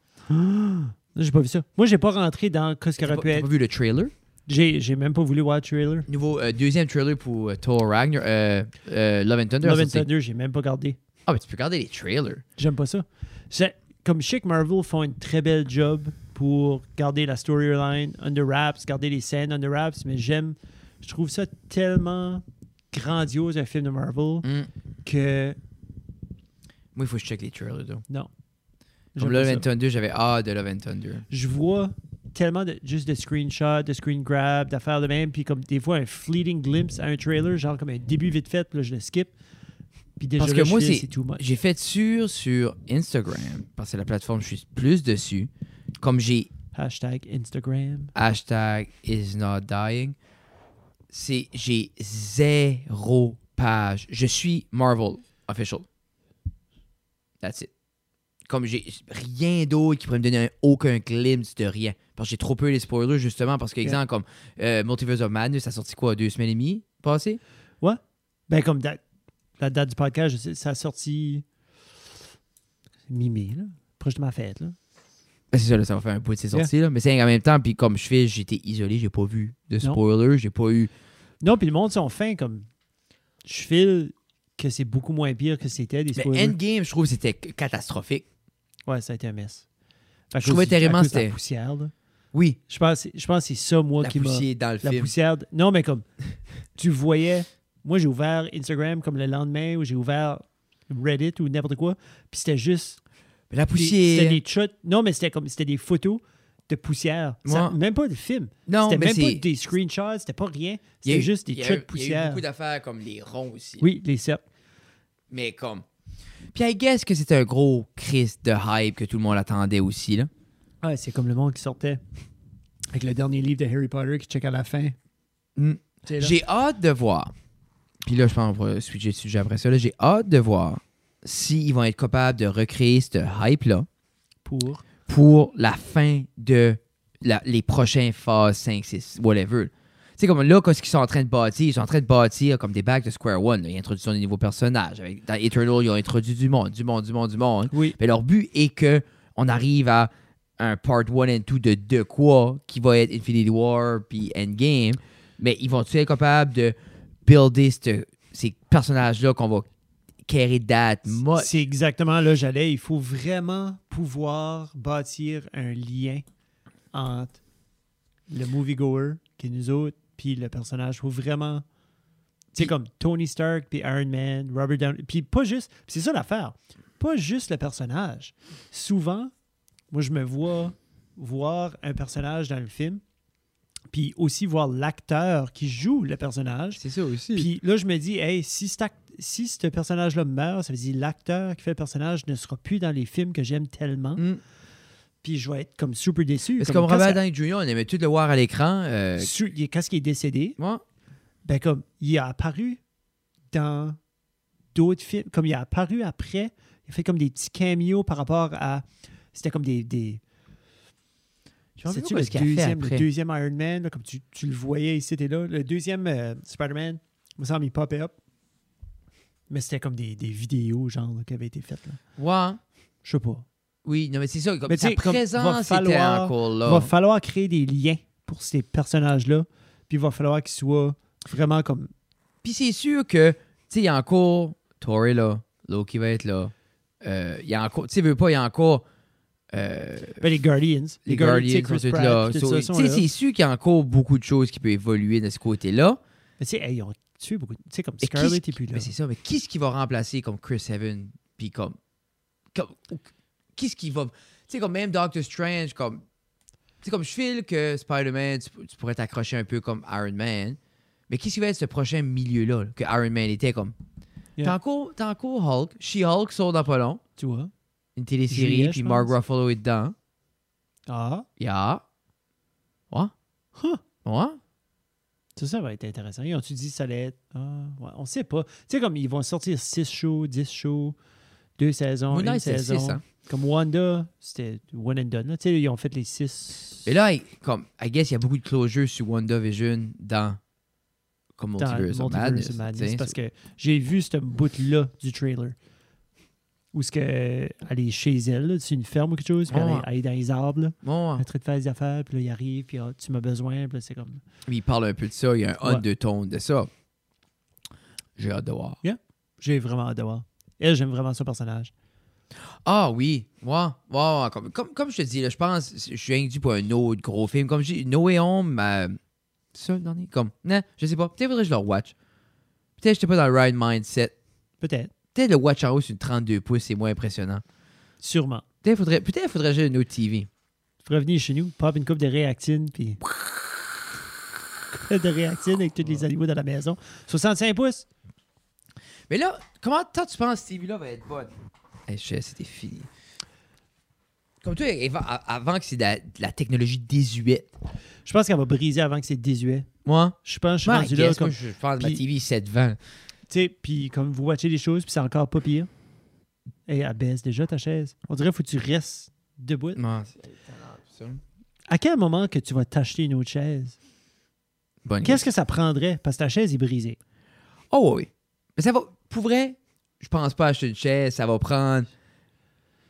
Speaker 1: J'ai pas vu ça. Moi, j'ai pas rentré dans ce qui
Speaker 2: T'as
Speaker 1: aurait
Speaker 2: pas,
Speaker 1: pu
Speaker 2: t'as pas
Speaker 1: être.
Speaker 2: vu le trailer?
Speaker 1: J'ai j'ai même pas voulu voir le trailer.
Speaker 2: Nouveau euh, deuxième trailer pour euh, Thor Ragnar, euh, euh, Love and Thunder.
Speaker 1: Love and
Speaker 2: sorti.
Speaker 1: Thunder, j'ai même pas gardé.
Speaker 2: Ah, mais tu peux regarder les trailers.
Speaker 1: J'aime pas ça. C'est- Comme je sais que Marvel font une très belle job pour garder la storyline under wraps, garder les scènes under wraps, mais j'aime, je trouve ça tellement grandiose un film de Marvel
Speaker 2: Mm.
Speaker 1: que
Speaker 2: Moi, il faut que je check les trailers, donc.
Speaker 1: non. J'aime
Speaker 2: Comme
Speaker 1: pas
Speaker 2: Love
Speaker 1: ça.
Speaker 2: and Thunder, j'avais hâte de Love and Thunder.
Speaker 1: Je vois tellement de, juste de screenshots, de screen grabs, d'affaires de même, puis comme des fois un fleeting glimpse à un trailer, genre comme un début vite fait, puis là je le skip. Puis déjà
Speaker 2: Parce
Speaker 1: là,
Speaker 2: que
Speaker 1: je
Speaker 2: moi,
Speaker 1: fais,
Speaker 2: c'est-
Speaker 1: c'est too much.
Speaker 2: J'ai fait sur sur Instagram, parce que c'est la plateforme je suis plus dessus. Comme j'ai
Speaker 1: Hashtag Instagram.
Speaker 2: hashtag is not dying, c'est j'ai zéro page. Je suis Marvel official. That's it. Comme j'ai rien d'autre qui pourrait me donner un- aucun glimpse de rien. Parce que j'ai trop peu les spoilers, justement. Parce que,
Speaker 1: Yeah.
Speaker 2: exemple, comme euh, Multiverse of Madness, ça a sorti quoi, deux semaines et demie passées?
Speaker 1: Ben, comme date- la date du podcast, je sais, ça a sorti mi-mai, là, proche de ma fête. Là.
Speaker 2: Ben, c'est ça, là, ça va faire un bout de ses sorties, là. Mais c'est en même temps, puis comme je fais, j'étais isolé, j'ai pas vu de
Speaker 1: Non.
Speaker 2: spoilers, j'ai pas eu.
Speaker 1: Non, puis le monde sont fins, comme je file que c'est beaucoup moins pire que c'était des
Speaker 2: Mais
Speaker 1: spoilers.
Speaker 2: Endgame, je trouve que c'était c- catastrophique.
Speaker 1: Ouais, ça a été un mess. Fait que
Speaker 2: Je trouvais
Speaker 1: aussi, à
Speaker 2: carrément
Speaker 1: cause de la
Speaker 2: c'était-
Speaker 1: poussière, là.
Speaker 2: Oui,
Speaker 1: Je pense, je pense que c'est ça, moi,
Speaker 2: la
Speaker 1: qui m'a.
Speaker 2: poussière dans le
Speaker 1: La
Speaker 2: film.
Speaker 1: poussière. de- Non, mais comme <laughs> tu voyais, moi j'ai ouvert Instagram comme le lendemain où j'ai ouvert Reddit ou n'importe quoi, puis c'était juste
Speaker 2: Mais la
Speaker 1: Puis C'était
Speaker 2: poussière.
Speaker 1: des shots. Non, mais c'était comme c'était des photos de poussière. Ça-
Speaker 2: Moi-
Speaker 1: même pas de film.
Speaker 2: Non,
Speaker 1: C'était
Speaker 2: mais
Speaker 1: même
Speaker 2: c'est.
Speaker 1: pas des screenshots, c'était pas rien.
Speaker 2: il y a
Speaker 1: C'était
Speaker 2: eu-
Speaker 1: juste
Speaker 2: il y
Speaker 1: des
Speaker 2: a
Speaker 1: shots
Speaker 2: eu-
Speaker 1: de
Speaker 2: Il y a eu
Speaker 1: poussière.
Speaker 2: beaucoup d'affaires comme les ronds aussi.
Speaker 1: Oui, les cercles.
Speaker 2: Mais comme. Puis, I guess que c'était un gros crise de hype que tout le monde attendait aussi, là.
Speaker 1: Ah, c'est comme le monde qui sortait avec le dernier livre de Harry Potter qui check à la fin.
Speaker 2: Mm.
Speaker 1: Tu sais, là.
Speaker 2: J'ai hâte de voir. Puis là, je pense qu'on va switcher de sujet après ça. là. J'ai hâte de voir s'ils vont être capables de recréer ce hype-là.
Speaker 1: Pour.
Speaker 2: pour la fin de la- les prochaines phases 5, 6, whatever. Tu sais, comme là, qu'est-ce qu'ils sont en train de bâtir? Ils sont en train de bâtir comme des bacs de Square One. là. Ils introduisent des nouveaux personnages. Avec, dans Eternal, ils ont introduit du monde, du monde, du monde, du monde.
Speaker 1: Oui.
Speaker 2: Mais leur but est que on arrive à un part 1 and 2 de de quoi qui va être Infinity War puis Endgame. Mais ils vont-tu être capables de builder cette- ces personnages-là qu'on va carry that much?
Speaker 1: C'est exactement là où j'allais. Il faut vraiment pouvoir bâtir un lien entre le moviegoer, qui est nous autres, puis le personnage. Il faut vraiment. Tu sais,
Speaker 2: Puis-
Speaker 1: comme Tony Stark, puis Iron Man, Robert Downey. Puis pas juste. puis C'est ça l'affaire. Pas juste le personnage. Souvent, moi, je me vois voir un personnage dans le film, puis aussi voir l'acteur qui joue le personnage.
Speaker 2: C'est ça aussi.
Speaker 1: Puis là, je me dis, hey, si, cet act- si ce personnage-là meurt, ça veut dire l'acteur qui fait le personnage ne sera plus dans les films que j'aime tellement.
Speaker 2: Mm.
Speaker 1: Puis je vais être comme super déçu.
Speaker 2: Parce que
Speaker 1: Comme
Speaker 2: comme
Speaker 1: quand
Speaker 2: Robert
Speaker 1: ça-
Speaker 2: Downey Jr., on aimait tout le voir à l'écran. euh,
Speaker 1: sous- il- quand il est décédé,
Speaker 2: moi,
Speaker 1: ben comme il a apparu dans d'autres films, comme il a apparu après, il a fait comme des petits cameos par rapport à. C'était comme des. des
Speaker 2: je me rappelle
Speaker 1: sais-tu
Speaker 2: pas
Speaker 1: le
Speaker 2: ce qu'il a fait
Speaker 1: deuxième, le
Speaker 2: après.
Speaker 1: deuxième Iron Man, là, comme tu, tu le voyais ici, t'es là. Le deuxième euh, Spider-Man, me semble, il popait up. Mais c'était comme des, des vidéos, genre, là, qui avaient été faites. là.
Speaker 2: Ouais.
Speaker 1: Je sais pas.
Speaker 2: Oui, non, mais c'est ça. Comme
Speaker 1: Mais tu
Speaker 2: sa
Speaker 1: sais, comme, va
Speaker 2: présence était
Speaker 1: falloir-
Speaker 2: encore
Speaker 1: Il
Speaker 2: là.
Speaker 1: va falloir créer des liens pour ces personnages-là. Puis il va falloir qu'ils soient vraiment comme.
Speaker 2: Puis c'est sûr que, tu sais, il y a encore Tori là, Loki va être là. Euh, Il y a encore, tu sais, veux pas, il y a encore euh,
Speaker 1: Ben, les Guardians.
Speaker 2: les, Guardians
Speaker 1: tu sais,
Speaker 2: qui sont
Speaker 1: Chris
Speaker 2: tous
Speaker 1: Pratt,
Speaker 2: là.
Speaker 1: puis tout
Speaker 2: So,
Speaker 1: ça,
Speaker 2: Tu
Speaker 1: sont
Speaker 2: sais,
Speaker 1: là.
Speaker 2: c'est sûr qu'il y a encore beaucoup de choses qui peuvent évoluer de ce côté-là.
Speaker 1: Mais tu sais, hey, ils ont tué beaucoup. de- Tu sais, comme
Speaker 2: Mais qui-
Speaker 1: Scarlett et puis là.
Speaker 2: Mais c'est ça, mais qui ce qui va remplacer comme Chris Evans, puis comme, comme qui ce qui va, tu sais, comme même Doctor Strange, comme, tu sais, comme je file que Spider-Man, tu, tu pourrais t'accrocher un peu comme Iron Man, mais qui ce qui va être ce prochain milieu-là là, que Iron Man était comme?
Speaker 1: Yeah.
Speaker 2: T'as encore, t'as encore Hulk, She-Hulk sort dans pas long,
Speaker 1: Tu vois.
Speaker 2: une télésérie,
Speaker 1: Juillet,
Speaker 2: puis
Speaker 1: je
Speaker 2: Mark
Speaker 1: pense.
Speaker 2: Ruffalo est dedans,
Speaker 1: Ah,
Speaker 2: yeah, ouais,
Speaker 1: Huh.
Speaker 2: ouais,
Speaker 1: ça, ça va être intéressant. Ils ont-tu dit que ça allait être. Ah, ouais, on sait pas. Tu sais, comme ils vont sortir 6 shows, 10 shows, 2 saisons,
Speaker 2: Moon
Speaker 1: une
Speaker 2: Knight c'est
Speaker 1: saison.
Speaker 2: 6, hein.
Speaker 1: Comme Wanda, c'était one and done. là. Tu sais, ils ont fait les 6.
Speaker 2: Mais là, il- comme, I guess, il y a beaucoup de closures sur WandaVision dans comme
Speaker 1: dans
Speaker 2: Multiverse of
Speaker 1: Multiverse
Speaker 2: Madness.
Speaker 1: of Madness,
Speaker 2: tu sais.
Speaker 1: parce que j'ai vu ce bout-là du trailer. Où ce que elle est chez elle, là, c'est une ferme ou quelque chose, puis elle,
Speaker 2: Ouais.
Speaker 1: est- elle est dans les arbres, là,
Speaker 2: Bon, ouais.
Speaker 1: elle traite de faire des affaires, puis là, il arrive, puis ah, tu m'as besoin, puis là, c'est comme.
Speaker 2: Mais il parle un peu de ça, il y a un
Speaker 1: Ouais.
Speaker 2: undertone de ça. J'ai hâte de voir.
Speaker 1: J'ai vraiment hâte de voir. Elle, j'aime vraiment son personnage.
Speaker 2: Ah oui, moi, ouais, ouais, ouais, comme, comme, comme je te dis, là, je pense, je suis indu pour un autre gros film. Comme je dis, Noé Home, euh, c'est ça le dernier? Comme, non, je sais pas. Peut-être faudrait que je le watch. Peut-être que j'étais pas dans le right mindset.
Speaker 1: Peut-être.
Speaker 2: Peut-être le Watch House sur une 32 pouces, c'est moins impressionnant.
Speaker 1: Sûrement.
Speaker 2: Peut-être faudrait, peut-être faudrait que j'ai une autre TV.
Speaker 1: Tu pourrais venir chez nous, pop une coupe de réactine, puis. <laughs> de réactine avec tous les animaux dans la maison. 65 pouces.
Speaker 2: Mais là, comment toi tu penses que cette TV-là va être bonne? Hey, Eh, je sais, c'était fini. Comme toi, Eva, a- avant que c'est de la, de la technologie désuète.
Speaker 1: Je pense qu'elle va briser avant que c'est désuet.
Speaker 2: Moi,
Speaker 1: Je pense que je suis
Speaker 2: moi,
Speaker 1: rendu
Speaker 2: I
Speaker 1: là.
Speaker 2: guess,
Speaker 1: Comme,
Speaker 2: moi, je pense que ma
Speaker 1: Puis-
Speaker 2: TV 720.
Speaker 1: Tu sais, puis comme vous watchez des choses, puis c'est encore pas pire. Et elle baisse déjà ta chaise. On dirait faut que tu restes debout.
Speaker 2: Moi, c'est étonnant, ça.
Speaker 1: À quel moment que tu vas t'acheter une autre chaise?
Speaker 2: Bonne
Speaker 1: Qu'est-ce que ça prendrait? Parce que ta chaise est brisée.
Speaker 2: question. Oh oui. Mais ça va. Pour vrai, je pense pas acheter une chaise, ça va prendre.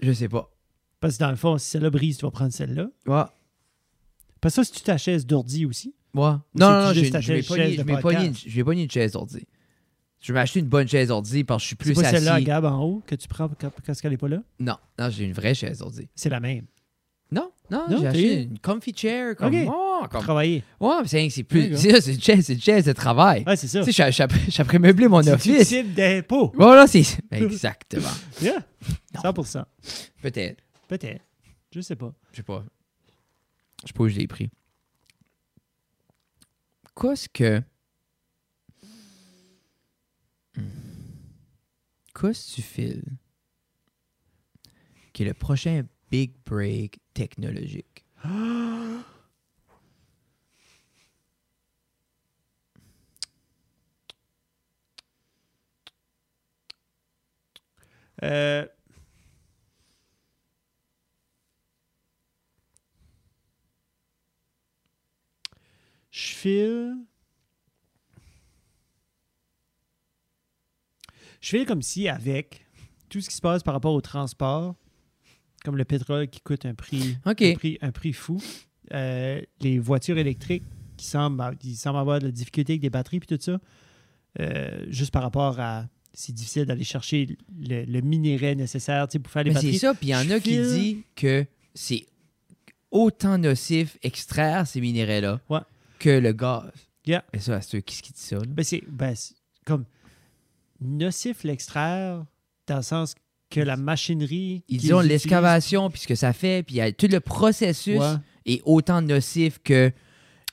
Speaker 2: Je sais pas.
Speaker 1: Parce que dans le fond, si celle-là brise, tu vas prendre celle-là.
Speaker 2: Ouais.
Speaker 1: Parce que ça, si tu ta chaise d'ordi aussi,
Speaker 2: Ouais. Non, non, non,
Speaker 1: juste
Speaker 2: j'ai-
Speaker 1: ta
Speaker 2: je vais
Speaker 1: chaise-
Speaker 2: pas
Speaker 1: chaise
Speaker 2: nier-
Speaker 1: de
Speaker 2: je vais pas nier une-
Speaker 1: podcast.
Speaker 2: je vais pas nier une chaise d'ordi. Je vais m'acheter une bonne chaise d'ordi parce que je suis
Speaker 1: c'est
Speaker 2: plus
Speaker 1: pas celle-là à
Speaker 2: assis.
Speaker 1: Gab en haut que tu prends quand, quand elle n'est pas là?
Speaker 2: Non, non, j'ai une vraie chaise d'ordi.
Speaker 1: C'est la même.
Speaker 2: Non, non,
Speaker 1: Non,
Speaker 2: j'ai
Speaker 1: t'as
Speaker 2: acheté
Speaker 1: eu-
Speaker 2: une comfy chair. Comme,
Speaker 1: Ok.
Speaker 2: oh, comme-
Speaker 1: Travailler.
Speaker 2: Ouais, mais c'est rien que c'est
Speaker 1: There you
Speaker 2: plus.
Speaker 1: go.
Speaker 2: C'est ça, c'est une chaise, c'est une chaise de travail.
Speaker 1: Ouais, c'est ça.
Speaker 2: Tu sais, j'ai- j'ai- j'ai après meublé mon
Speaker 1: C'est du
Speaker 2: office.
Speaker 1: type
Speaker 2: <laughs>
Speaker 1: d'impôt.
Speaker 2: Voilà, c'est.
Speaker 1: <laughs>
Speaker 2: Ben, Exactement.
Speaker 1: Yeah.
Speaker 2: Non.
Speaker 1: 100
Speaker 2: Peut-être.
Speaker 1: Peut-être. Je sais pas.
Speaker 2: Je sais pas. Je sais pas où je l'ai pris. Qu'est-ce que. Hmm. Qu'est-ce que tu files qui est le prochain big break technologique?
Speaker 1: Euh, Je file. Je file comme si, avec tout ce qui se passe par rapport au transport, comme le pétrole qui coûte un prix,
Speaker 2: Ok.
Speaker 1: un prix, un prix fou, euh, les voitures électriques qui semblent, av- ils semblent avoir de la difficulté avec des batteries et tout ça, euh, juste par rapport à. C'est difficile d'aller chercher le, le minerai nécessaire tu sais, pour faire les
Speaker 2: Mais Ben, c'est
Speaker 1: batteries.
Speaker 2: ça, puis il y en
Speaker 1: Je
Speaker 2: a qui
Speaker 1: file-
Speaker 2: disent que c'est autant nocif extraire ces minéraux-là
Speaker 1: Ouais.
Speaker 2: que le gaz.
Speaker 1: Yeah.
Speaker 2: Et ça, c'est eux qui qui dit ça. là?
Speaker 1: Ben, c'est ben, c'est comme nocif l'extraire dans le sens que la machinerie. qu'ils
Speaker 2: Ils disent
Speaker 1: utilisent-
Speaker 2: l'excavation, puis ce que ça fait, puis il y a tout le processus
Speaker 1: Ouais.
Speaker 2: est autant nocif que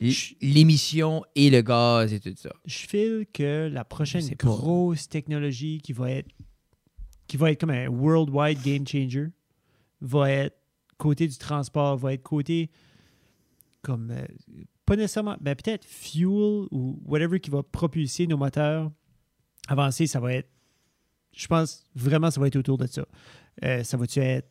Speaker 2: l- l'émission et le gaz et tout ça.
Speaker 1: Je file que la prochaine
Speaker 2: Je sais pas.
Speaker 1: grosse technologie qui va être qui va être comme un worldwide game changer va être côté du transport, va être côté comme euh, pas nécessairement, mais peut-être fuel ou whatever qui va propulser nos moteurs avancer, ça va être. Je pense vraiment ça va être autour de ça. Euh, ça va-tu être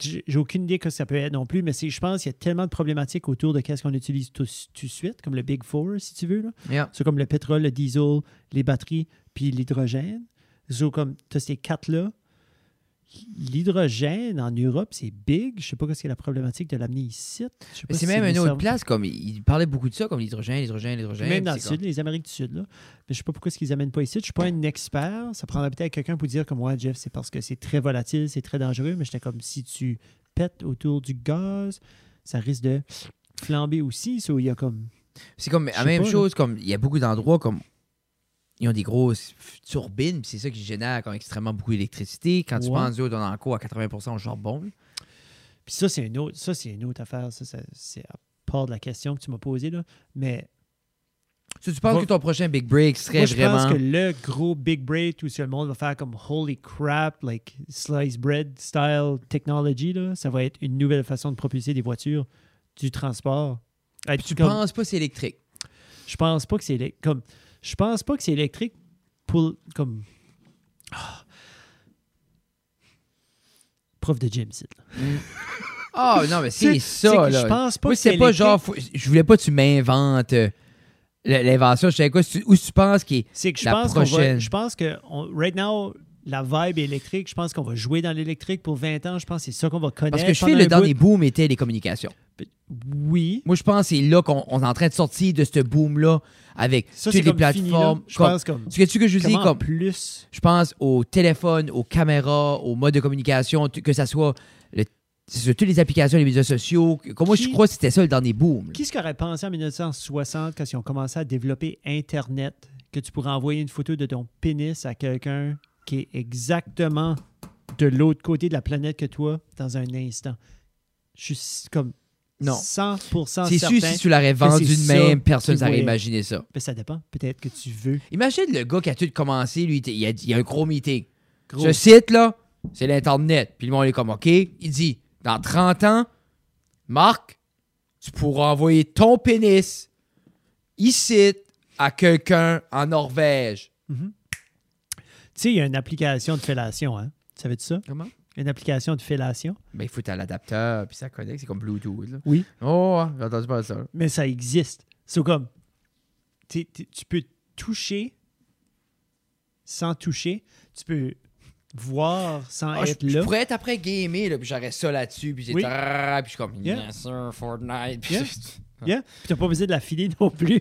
Speaker 1: J'ai j'ai aucune idée que ça peut être non plus, mais c'est- je pense qu'il y a tellement de problématiques autour de qu'est-ce qu'on utilise tout tout de suite, comme le Big Four, si tu veux. là.
Speaker 2: Yeah.
Speaker 1: C'est comme le pétrole, le diesel, les batteries, puis l'hydrogène. So, comme tu as ces quatre-là. L'hydrogène en Europe, c'est big. Je sais pas ce qu'il y a la problématique de l'amener ici. Je sais
Speaker 2: Mais
Speaker 1: pas si
Speaker 2: c'est même
Speaker 1: nos
Speaker 2: une autre
Speaker 1: cerveaux-
Speaker 2: place, comme il parlait beaucoup de ça, comme l'hydrogène, l'hydrogène, l'hydrogène.
Speaker 1: Même dans le
Speaker 2: puis c'est
Speaker 1: sud, les Amériques du Sud. Là. Mais je sais pas pourquoi ils amènent pas ici. Je suis pas un expert. Ça prendrait peut-être quelqu'un pour dire comme ouais, Jeff, c'est parce que c'est très volatile, c'est très dangereux. Mais j'étais comme si tu pètes autour du gaz, ça risque de flamber aussi. So, il y a comme
Speaker 2: C'est comme
Speaker 1: Je
Speaker 2: la
Speaker 1: sais
Speaker 2: même
Speaker 1: pas,
Speaker 2: chose, comme il y a beaucoup d'endroits comme ils ont des grosses f- turbines, puis c'est ça qui génère comme extrêmement beaucoup d'électricité. Quand tu
Speaker 1: Ouais.
Speaker 2: penses, on en quoi à 80 au charbon.
Speaker 1: Puis ça, c'est une autre, ça, c'est une autre affaire. Ça, ça, c'est à part de la question que tu m'as posée. Là. Mais
Speaker 2: Si tu penses
Speaker 1: Bon.
Speaker 2: que ton prochain Big Break serait
Speaker 1: moi, je
Speaker 2: vraiment.
Speaker 1: pense que le gros big break où tout le monde va faire comme holy crap, like slice bread style technology, là, ça va être une nouvelle façon de propulser des voitures, du transport. Et
Speaker 2: Puis tu
Speaker 1: comme-
Speaker 2: penses pas que c'est électrique.
Speaker 1: Je pense pas que c'est éle- comme je pense pas que c'est électrique pour comme Ah. prof de gym c'est là. <laughs>
Speaker 2: Ah non, mais
Speaker 1: Tu
Speaker 2: c'est
Speaker 1: sais, c'est
Speaker 2: ça,
Speaker 1: que
Speaker 2: là.
Speaker 1: Je pense pas
Speaker 2: Moi,
Speaker 1: que c'est
Speaker 2: c'est pas
Speaker 1: électrique.
Speaker 2: genre. faut- Je voulais pas que tu m'inventes euh, l- l'invention. Je savais quoi. si tu- Ou si tu penses qu'il.
Speaker 1: C'est que je
Speaker 2: La
Speaker 1: pense qu'on va-
Speaker 2: prochaine.
Speaker 1: je pense que on- right now la vibe est électrique, je pense qu'on va jouer dans l'électrique pour 20 ans, je pense que c'est ça qu'on va connaître.
Speaker 2: Parce que je fais
Speaker 1: pendant
Speaker 2: le
Speaker 1: un
Speaker 2: dernier boom était les communications.
Speaker 1: bout. Oui.
Speaker 2: Moi, je pense que c'est là qu'on on est en train de sortir de ce boom-là avec
Speaker 1: Ça c'est
Speaker 2: toutes les
Speaker 1: comme fini, là.
Speaker 2: plateformes.
Speaker 1: Je
Speaker 2: comme-
Speaker 1: pense comme
Speaker 2: Tu sais que je dis
Speaker 1: comment
Speaker 2: comme
Speaker 1: plus
Speaker 2: je pense au téléphone, aux caméras, aux modes de communication, tu- que ça soit le- sur toutes les applications, les médias sociaux. que- Comme moi, je
Speaker 1: Qui-
Speaker 2: crois que c'était ça le dernier boom. là.
Speaker 1: Qui ce qu'aurait pensé en 1960 quand ils ont commencé à développer Internet que tu pourrais envoyer une photo de ton pénis à quelqu'un qui est exactement de l'autre côté de la planète que toi dans un instant? Je suis s- comme
Speaker 2: Non.
Speaker 1: 100%
Speaker 2: C'est sûr,
Speaker 1: certain.
Speaker 2: si tu l'aurais vendu
Speaker 1: c'est
Speaker 2: de
Speaker 1: ça
Speaker 2: même, personne
Speaker 1: qu'ils
Speaker 2: n'aurait
Speaker 1: voyaient.
Speaker 2: imaginé ça.
Speaker 1: Mais ça dépend. Peut-être que tu veux.
Speaker 2: Imagine le gars qui a tout commencé, lui, il y a, il y a un gros meeting.
Speaker 1: Gros,
Speaker 2: Ce site-là, c'est l'Internet. Puis le monde est comme, OK, il dit, dans 30 ans, Marc, tu pourras envoyer ton pénis ici à quelqu'un en Norvège.
Speaker 1: Tu sais, il y a une application de fellation, hein? Tu savais de ça?
Speaker 2: Comment?
Speaker 1: Une application de fellation.
Speaker 2: Ben, il faut t'as l'adapteur, puis ça connecte, c'est comme Bluetooth. Là.
Speaker 1: Oui.
Speaker 2: Oh, ouais, j'ai entendu parler de ça. là.
Speaker 1: mais ça existe. C'est comme, t'es- t'es- tu peux toucher sans toucher, tu peux voir sans
Speaker 2: Ah, je,
Speaker 1: être
Speaker 2: je
Speaker 1: là.
Speaker 2: pourrais être après gamer, là, puis j'aurais ça là-dessus, puis j'ai
Speaker 1: Oui.
Speaker 2: tarrrrrrrrrrrrrrrrrrrrrrrrrrrrrrrrrrrrrrrrrrrrrrrrrrrrrrrr, puis je suis comme,
Speaker 1: Yeah.
Speaker 2: bien sûr, Fortnite. Puis
Speaker 1: Yeah. Yeah. Puis t'as pas besoin de la filer non plus.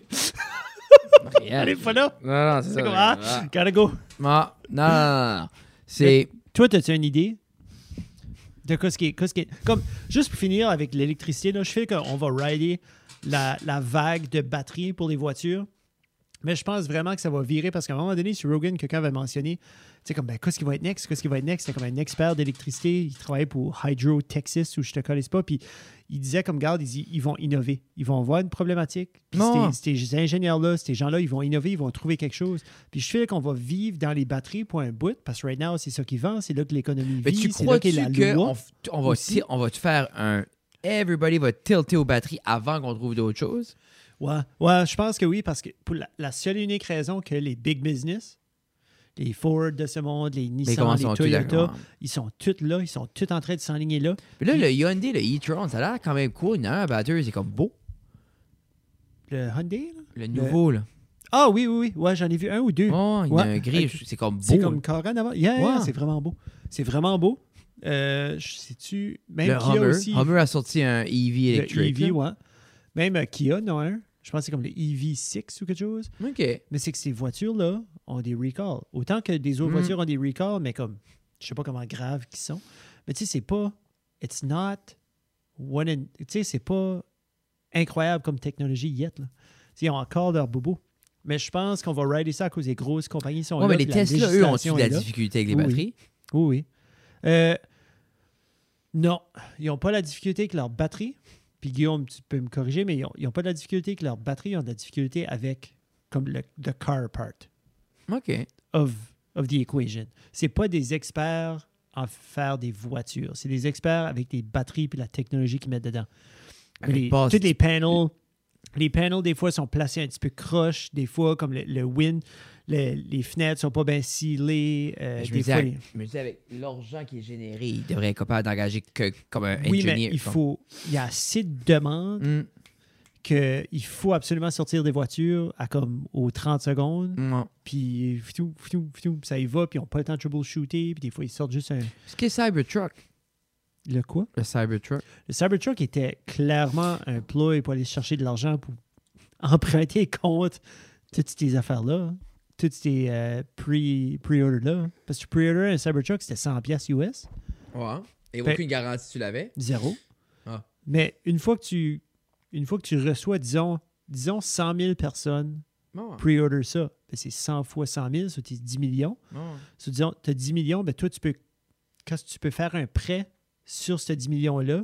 Speaker 2: Rien.
Speaker 1: <laughs> Allez, pas là.
Speaker 2: Non, non, c'est Ah, ça.
Speaker 1: C'est comme,
Speaker 2: là.
Speaker 1: ah, gotta go.
Speaker 2: Ah, non, non, non, non. C'est.
Speaker 1: Toi, as-tu une idée de quoi ce qui est. quoi ce qui est- Comme, juste pour finir avec l'électricité, là, je fais qu'on va rider la, la vague de batterie pour les voitures. Mais je pense vraiment que ça va virer parce qu'à un moment donné, sur Rogan, quelqu'un avait mentionné, tu sais, comme, ben, qu'est-ce qui va être next? Qu'est-ce qui va être next? C'était comme un expert d'électricité. Il travaillait pour Hydro Texas ou je te connais pas. Puis il disait, comme, garde, ils, ils vont innover. Ils vont voir une problématique. Puis
Speaker 2: Non.
Speaker 1: ces ces ingénieurs-là, ces gens-là, ils vont innover, ils vont trouver quelque chose. Puis je fais qu'on va vivre dans les batteries pour un bout parce que right now, c'est ça qui vend. C'est là que l'économie
Speaker 2: Mais
Speaker 1: vit.
Speaker 2: tu
Speaker 1: c'est là
Speaker 2: crois-tu
Speaker 1: qu'est la
Speaker 2: qu'on
Speaker 1: loi.
Speaker 2: on va,
Speaker 1: aussi.
Speaker 2: ti- on va te faire un. Everybody va tilter aux batteries avant qu'on trouve d'autres choses?
Speaker 1: Ouais, ouais, je pense que oui, parce que pour la, la seule et unique raison que les big business, les Ford de ce monde, les
Speaker 2: Mais
Speaker 1: Nissan,
Speaker 2: Ben, comment
Speaker 1: les
Speaker 2: sont-ils
Speaker 1: Toyota,
Speaker 2: d'accord?
Speaker 1: ils sont tous là, ils sont tous en train de s'enligner là.
Speaker 2: Puis là, le Hyundai, le e-tron, ça a l'air quand même cool. Il y en a un à batteuse, c'est comme beau.
Speaker 1: Le Hyundai, là?
Speaker 2: Le nouveau, là.
Speaker 1: Ah oui, oui, oui, ouais, j'en ai vu un ou deux.
Speaker 2: Oh, il y en a
Speaker 1: Ouais.
Speaker 2: un gris,
Speaker 1: Avec-
Speaker 2: c'est comme beau.
Speaker 1: c'est comme Coran avant. Yeah, yeah,
Speaker 2: Ouais.
Speaker 1: c'est vraiment beau. C'est vraiment beau. Euh, je sais-tu, même
Speaker 2: le
Speaker 1: Kia
Speaker 2: Hummer.
Speaker 1: aussi.
Speaker 2: Hummer a sorti un EV
Speaker 1: Le E
Speaker 2: électrique.
Speaker 1: EV,
Speaker 2: là.
Speaker 1: ouais. Même euh, Kia, non, un. Je pense que c'est comme le EV6 ou quelque chose.
Speaker 2: OK.
Speaker 1: Mais c'est que ces voitures-là ont des recalls. Autant que des autres
Speaker 2: Mm.
Speaker 1: voitures ont des recalls, mais comme, je sais pas comment graves qu'ils sont. Mais tu sais, c'est pas. It's not one in- Tu sais, c'est pas incroyable comme technologie yet. Là. Tu sais, Ils ont encore leur bobo. Mais je pense qu'on va rider ça à cause des grosses compagnies qui sont
Speaker 2: Ouais,
Speaker 1: là.
Speaker 2: mais les
Speaker 1: puis la
Speaker 2: Tesla, eux, ont
Speaker 1: législation
Speaker 2: de la
Speaker 1: est là.
Speaker 2: difficulté avec les
Speaker 1: Oui.
Speaker 2: batteries?
Speaker 1: Oui, oui. Euh, non, ils n'ont pas la difficulté avec leur batterie. Puis Guillaume, tu peux me corriger, mais ils n'ont pas de la difficulté avec leur batterie, ils ont de la difficulté avec comme le the car part Euh,
Speaker 2: OK.
Speaker 1: of, of the equation. C'est pas des experts en faire des voitures, c'est des experts avec des batteries puis la technologie qu'ils mettent dedans. Mais
Speaker 2: Avec
Speaker 1: les-
Speaker 2: pas-
Speaker 1: toutes les panels, les panels des fois sont placés un petit peu croche, des fois comme le, le wind, les, les fenêtres sont pas bien scellées. euh,
Speaker 2: je, me
Speaker 1: des
Speaker 2: disais,
Speaker 1: fois,
Speaker 2: avec-
Speaker 1: les-
Speaker 2: je me disais, avec l'argent qui est généré, il devrait être capable d'engager que- comme un
Speaker 1: Oui, mais
Speaker 2: engineer.
Speaker 1: il faut. Il y a assez de demandes
Speaker 2: Mm,
Speaker 1: qu'il faut absolument sortir des voitures à comme aux 30 secondes.
Speaker 2: mm, ouais.
Speaker 1: Puis ftou, ftou, ftou, ça y va, puis ils n'ont pas le temps de troubleshooter. Puis des fois, ils sortent juste un.
Speaker 2: Ce qui est Cybertruck.
Speaker 1: Le quoi
Speaker 2: Le Cybertruck.
Speaker 1: Le Cybertruck était clairement un ploy pour aller chercher de l'argent pour <laughs> emprunter contre toutes ces affaires-là, toutes ces euh, pre- pre-order-là. Parce que tu pre-order un Cybertruck, c'était 100$ piastres US,
Speaker 2: Ouais. Et
Speaker 1: Ben-
Speaker 2: aucune garantie tu l'avais.
Speaker 1: zéro.
Speaker 2: Ah.
Speaker 1: Mais une fois que tu une fois que tu reçois, disons, disons 100 000 personnes
Speaker 2: Ouais,
Speaker 1: pre-order ça, ben c'est 100 fois 100 000, ça t'es 10 millions.
Speaker 2: ouais.
Speaker 1: So, disons, tu as 10 millions, ben toi, tu peux, quand tu peux faire un prêt sur ce 10 millions-là,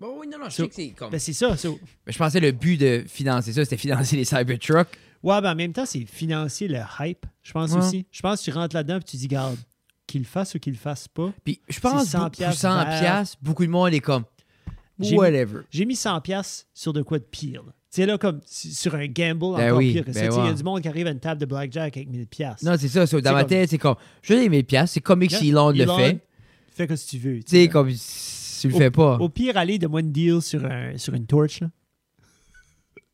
Speaker 2: Bon, oui, non, non, je
Speaker 1: So-
Speaker 2: sais que c'est comme.
Speaker 1: ben c'est ça. so-
Speaker 2: Mais je pensais le but de financer ça, c'était financer les Cybertruck.
Speaker 1: Ouais, ben en même temps, c'est financer le hype, je pense
Speaker 2: Ouais.
Speaker 1: aussi. Je pense que tu rentres là-dedans et tu dis, garde, qu'il le fasse ou qu'il le fasse pas.
Speaker 2: Puis je pense
Speaker 1: 100
Speaker 2: que pour 100
Speaker 1: vers-
Speaker 2: piastres, beaucoup de monde est comme.
Speaker 1: J'ai-
Speaker 2: Whatever.
Speaker 1: J'ai mis 100$ piastres sur de quoi de pire. là. Tu sais, là, comme si- sur un gamble encore
Speaker 2: Ben oui,
Speaker 1: pire que ça.
Speaker 2: ben
Speaker 1: Tu sais, Il y a
Speaker 2: ouais.
Speaker 1: du monde qui arrive à une table de blackjack avec 1000$. piastres.
Speaker 2: Non, c'est ça. so, dans ma
Speaker 1: comme- Hein?
Speaker 2: tête, c'est comme. Je l'ai 1000 piastres, c'est comme si Elon le fait.
Speaker 1: Fais que si tu veux.
Speaker 2: Tu sais, comme. Tu le fais pas.
Speaker 1: Au pire, aller de one deal sur, un, sur une torche. là.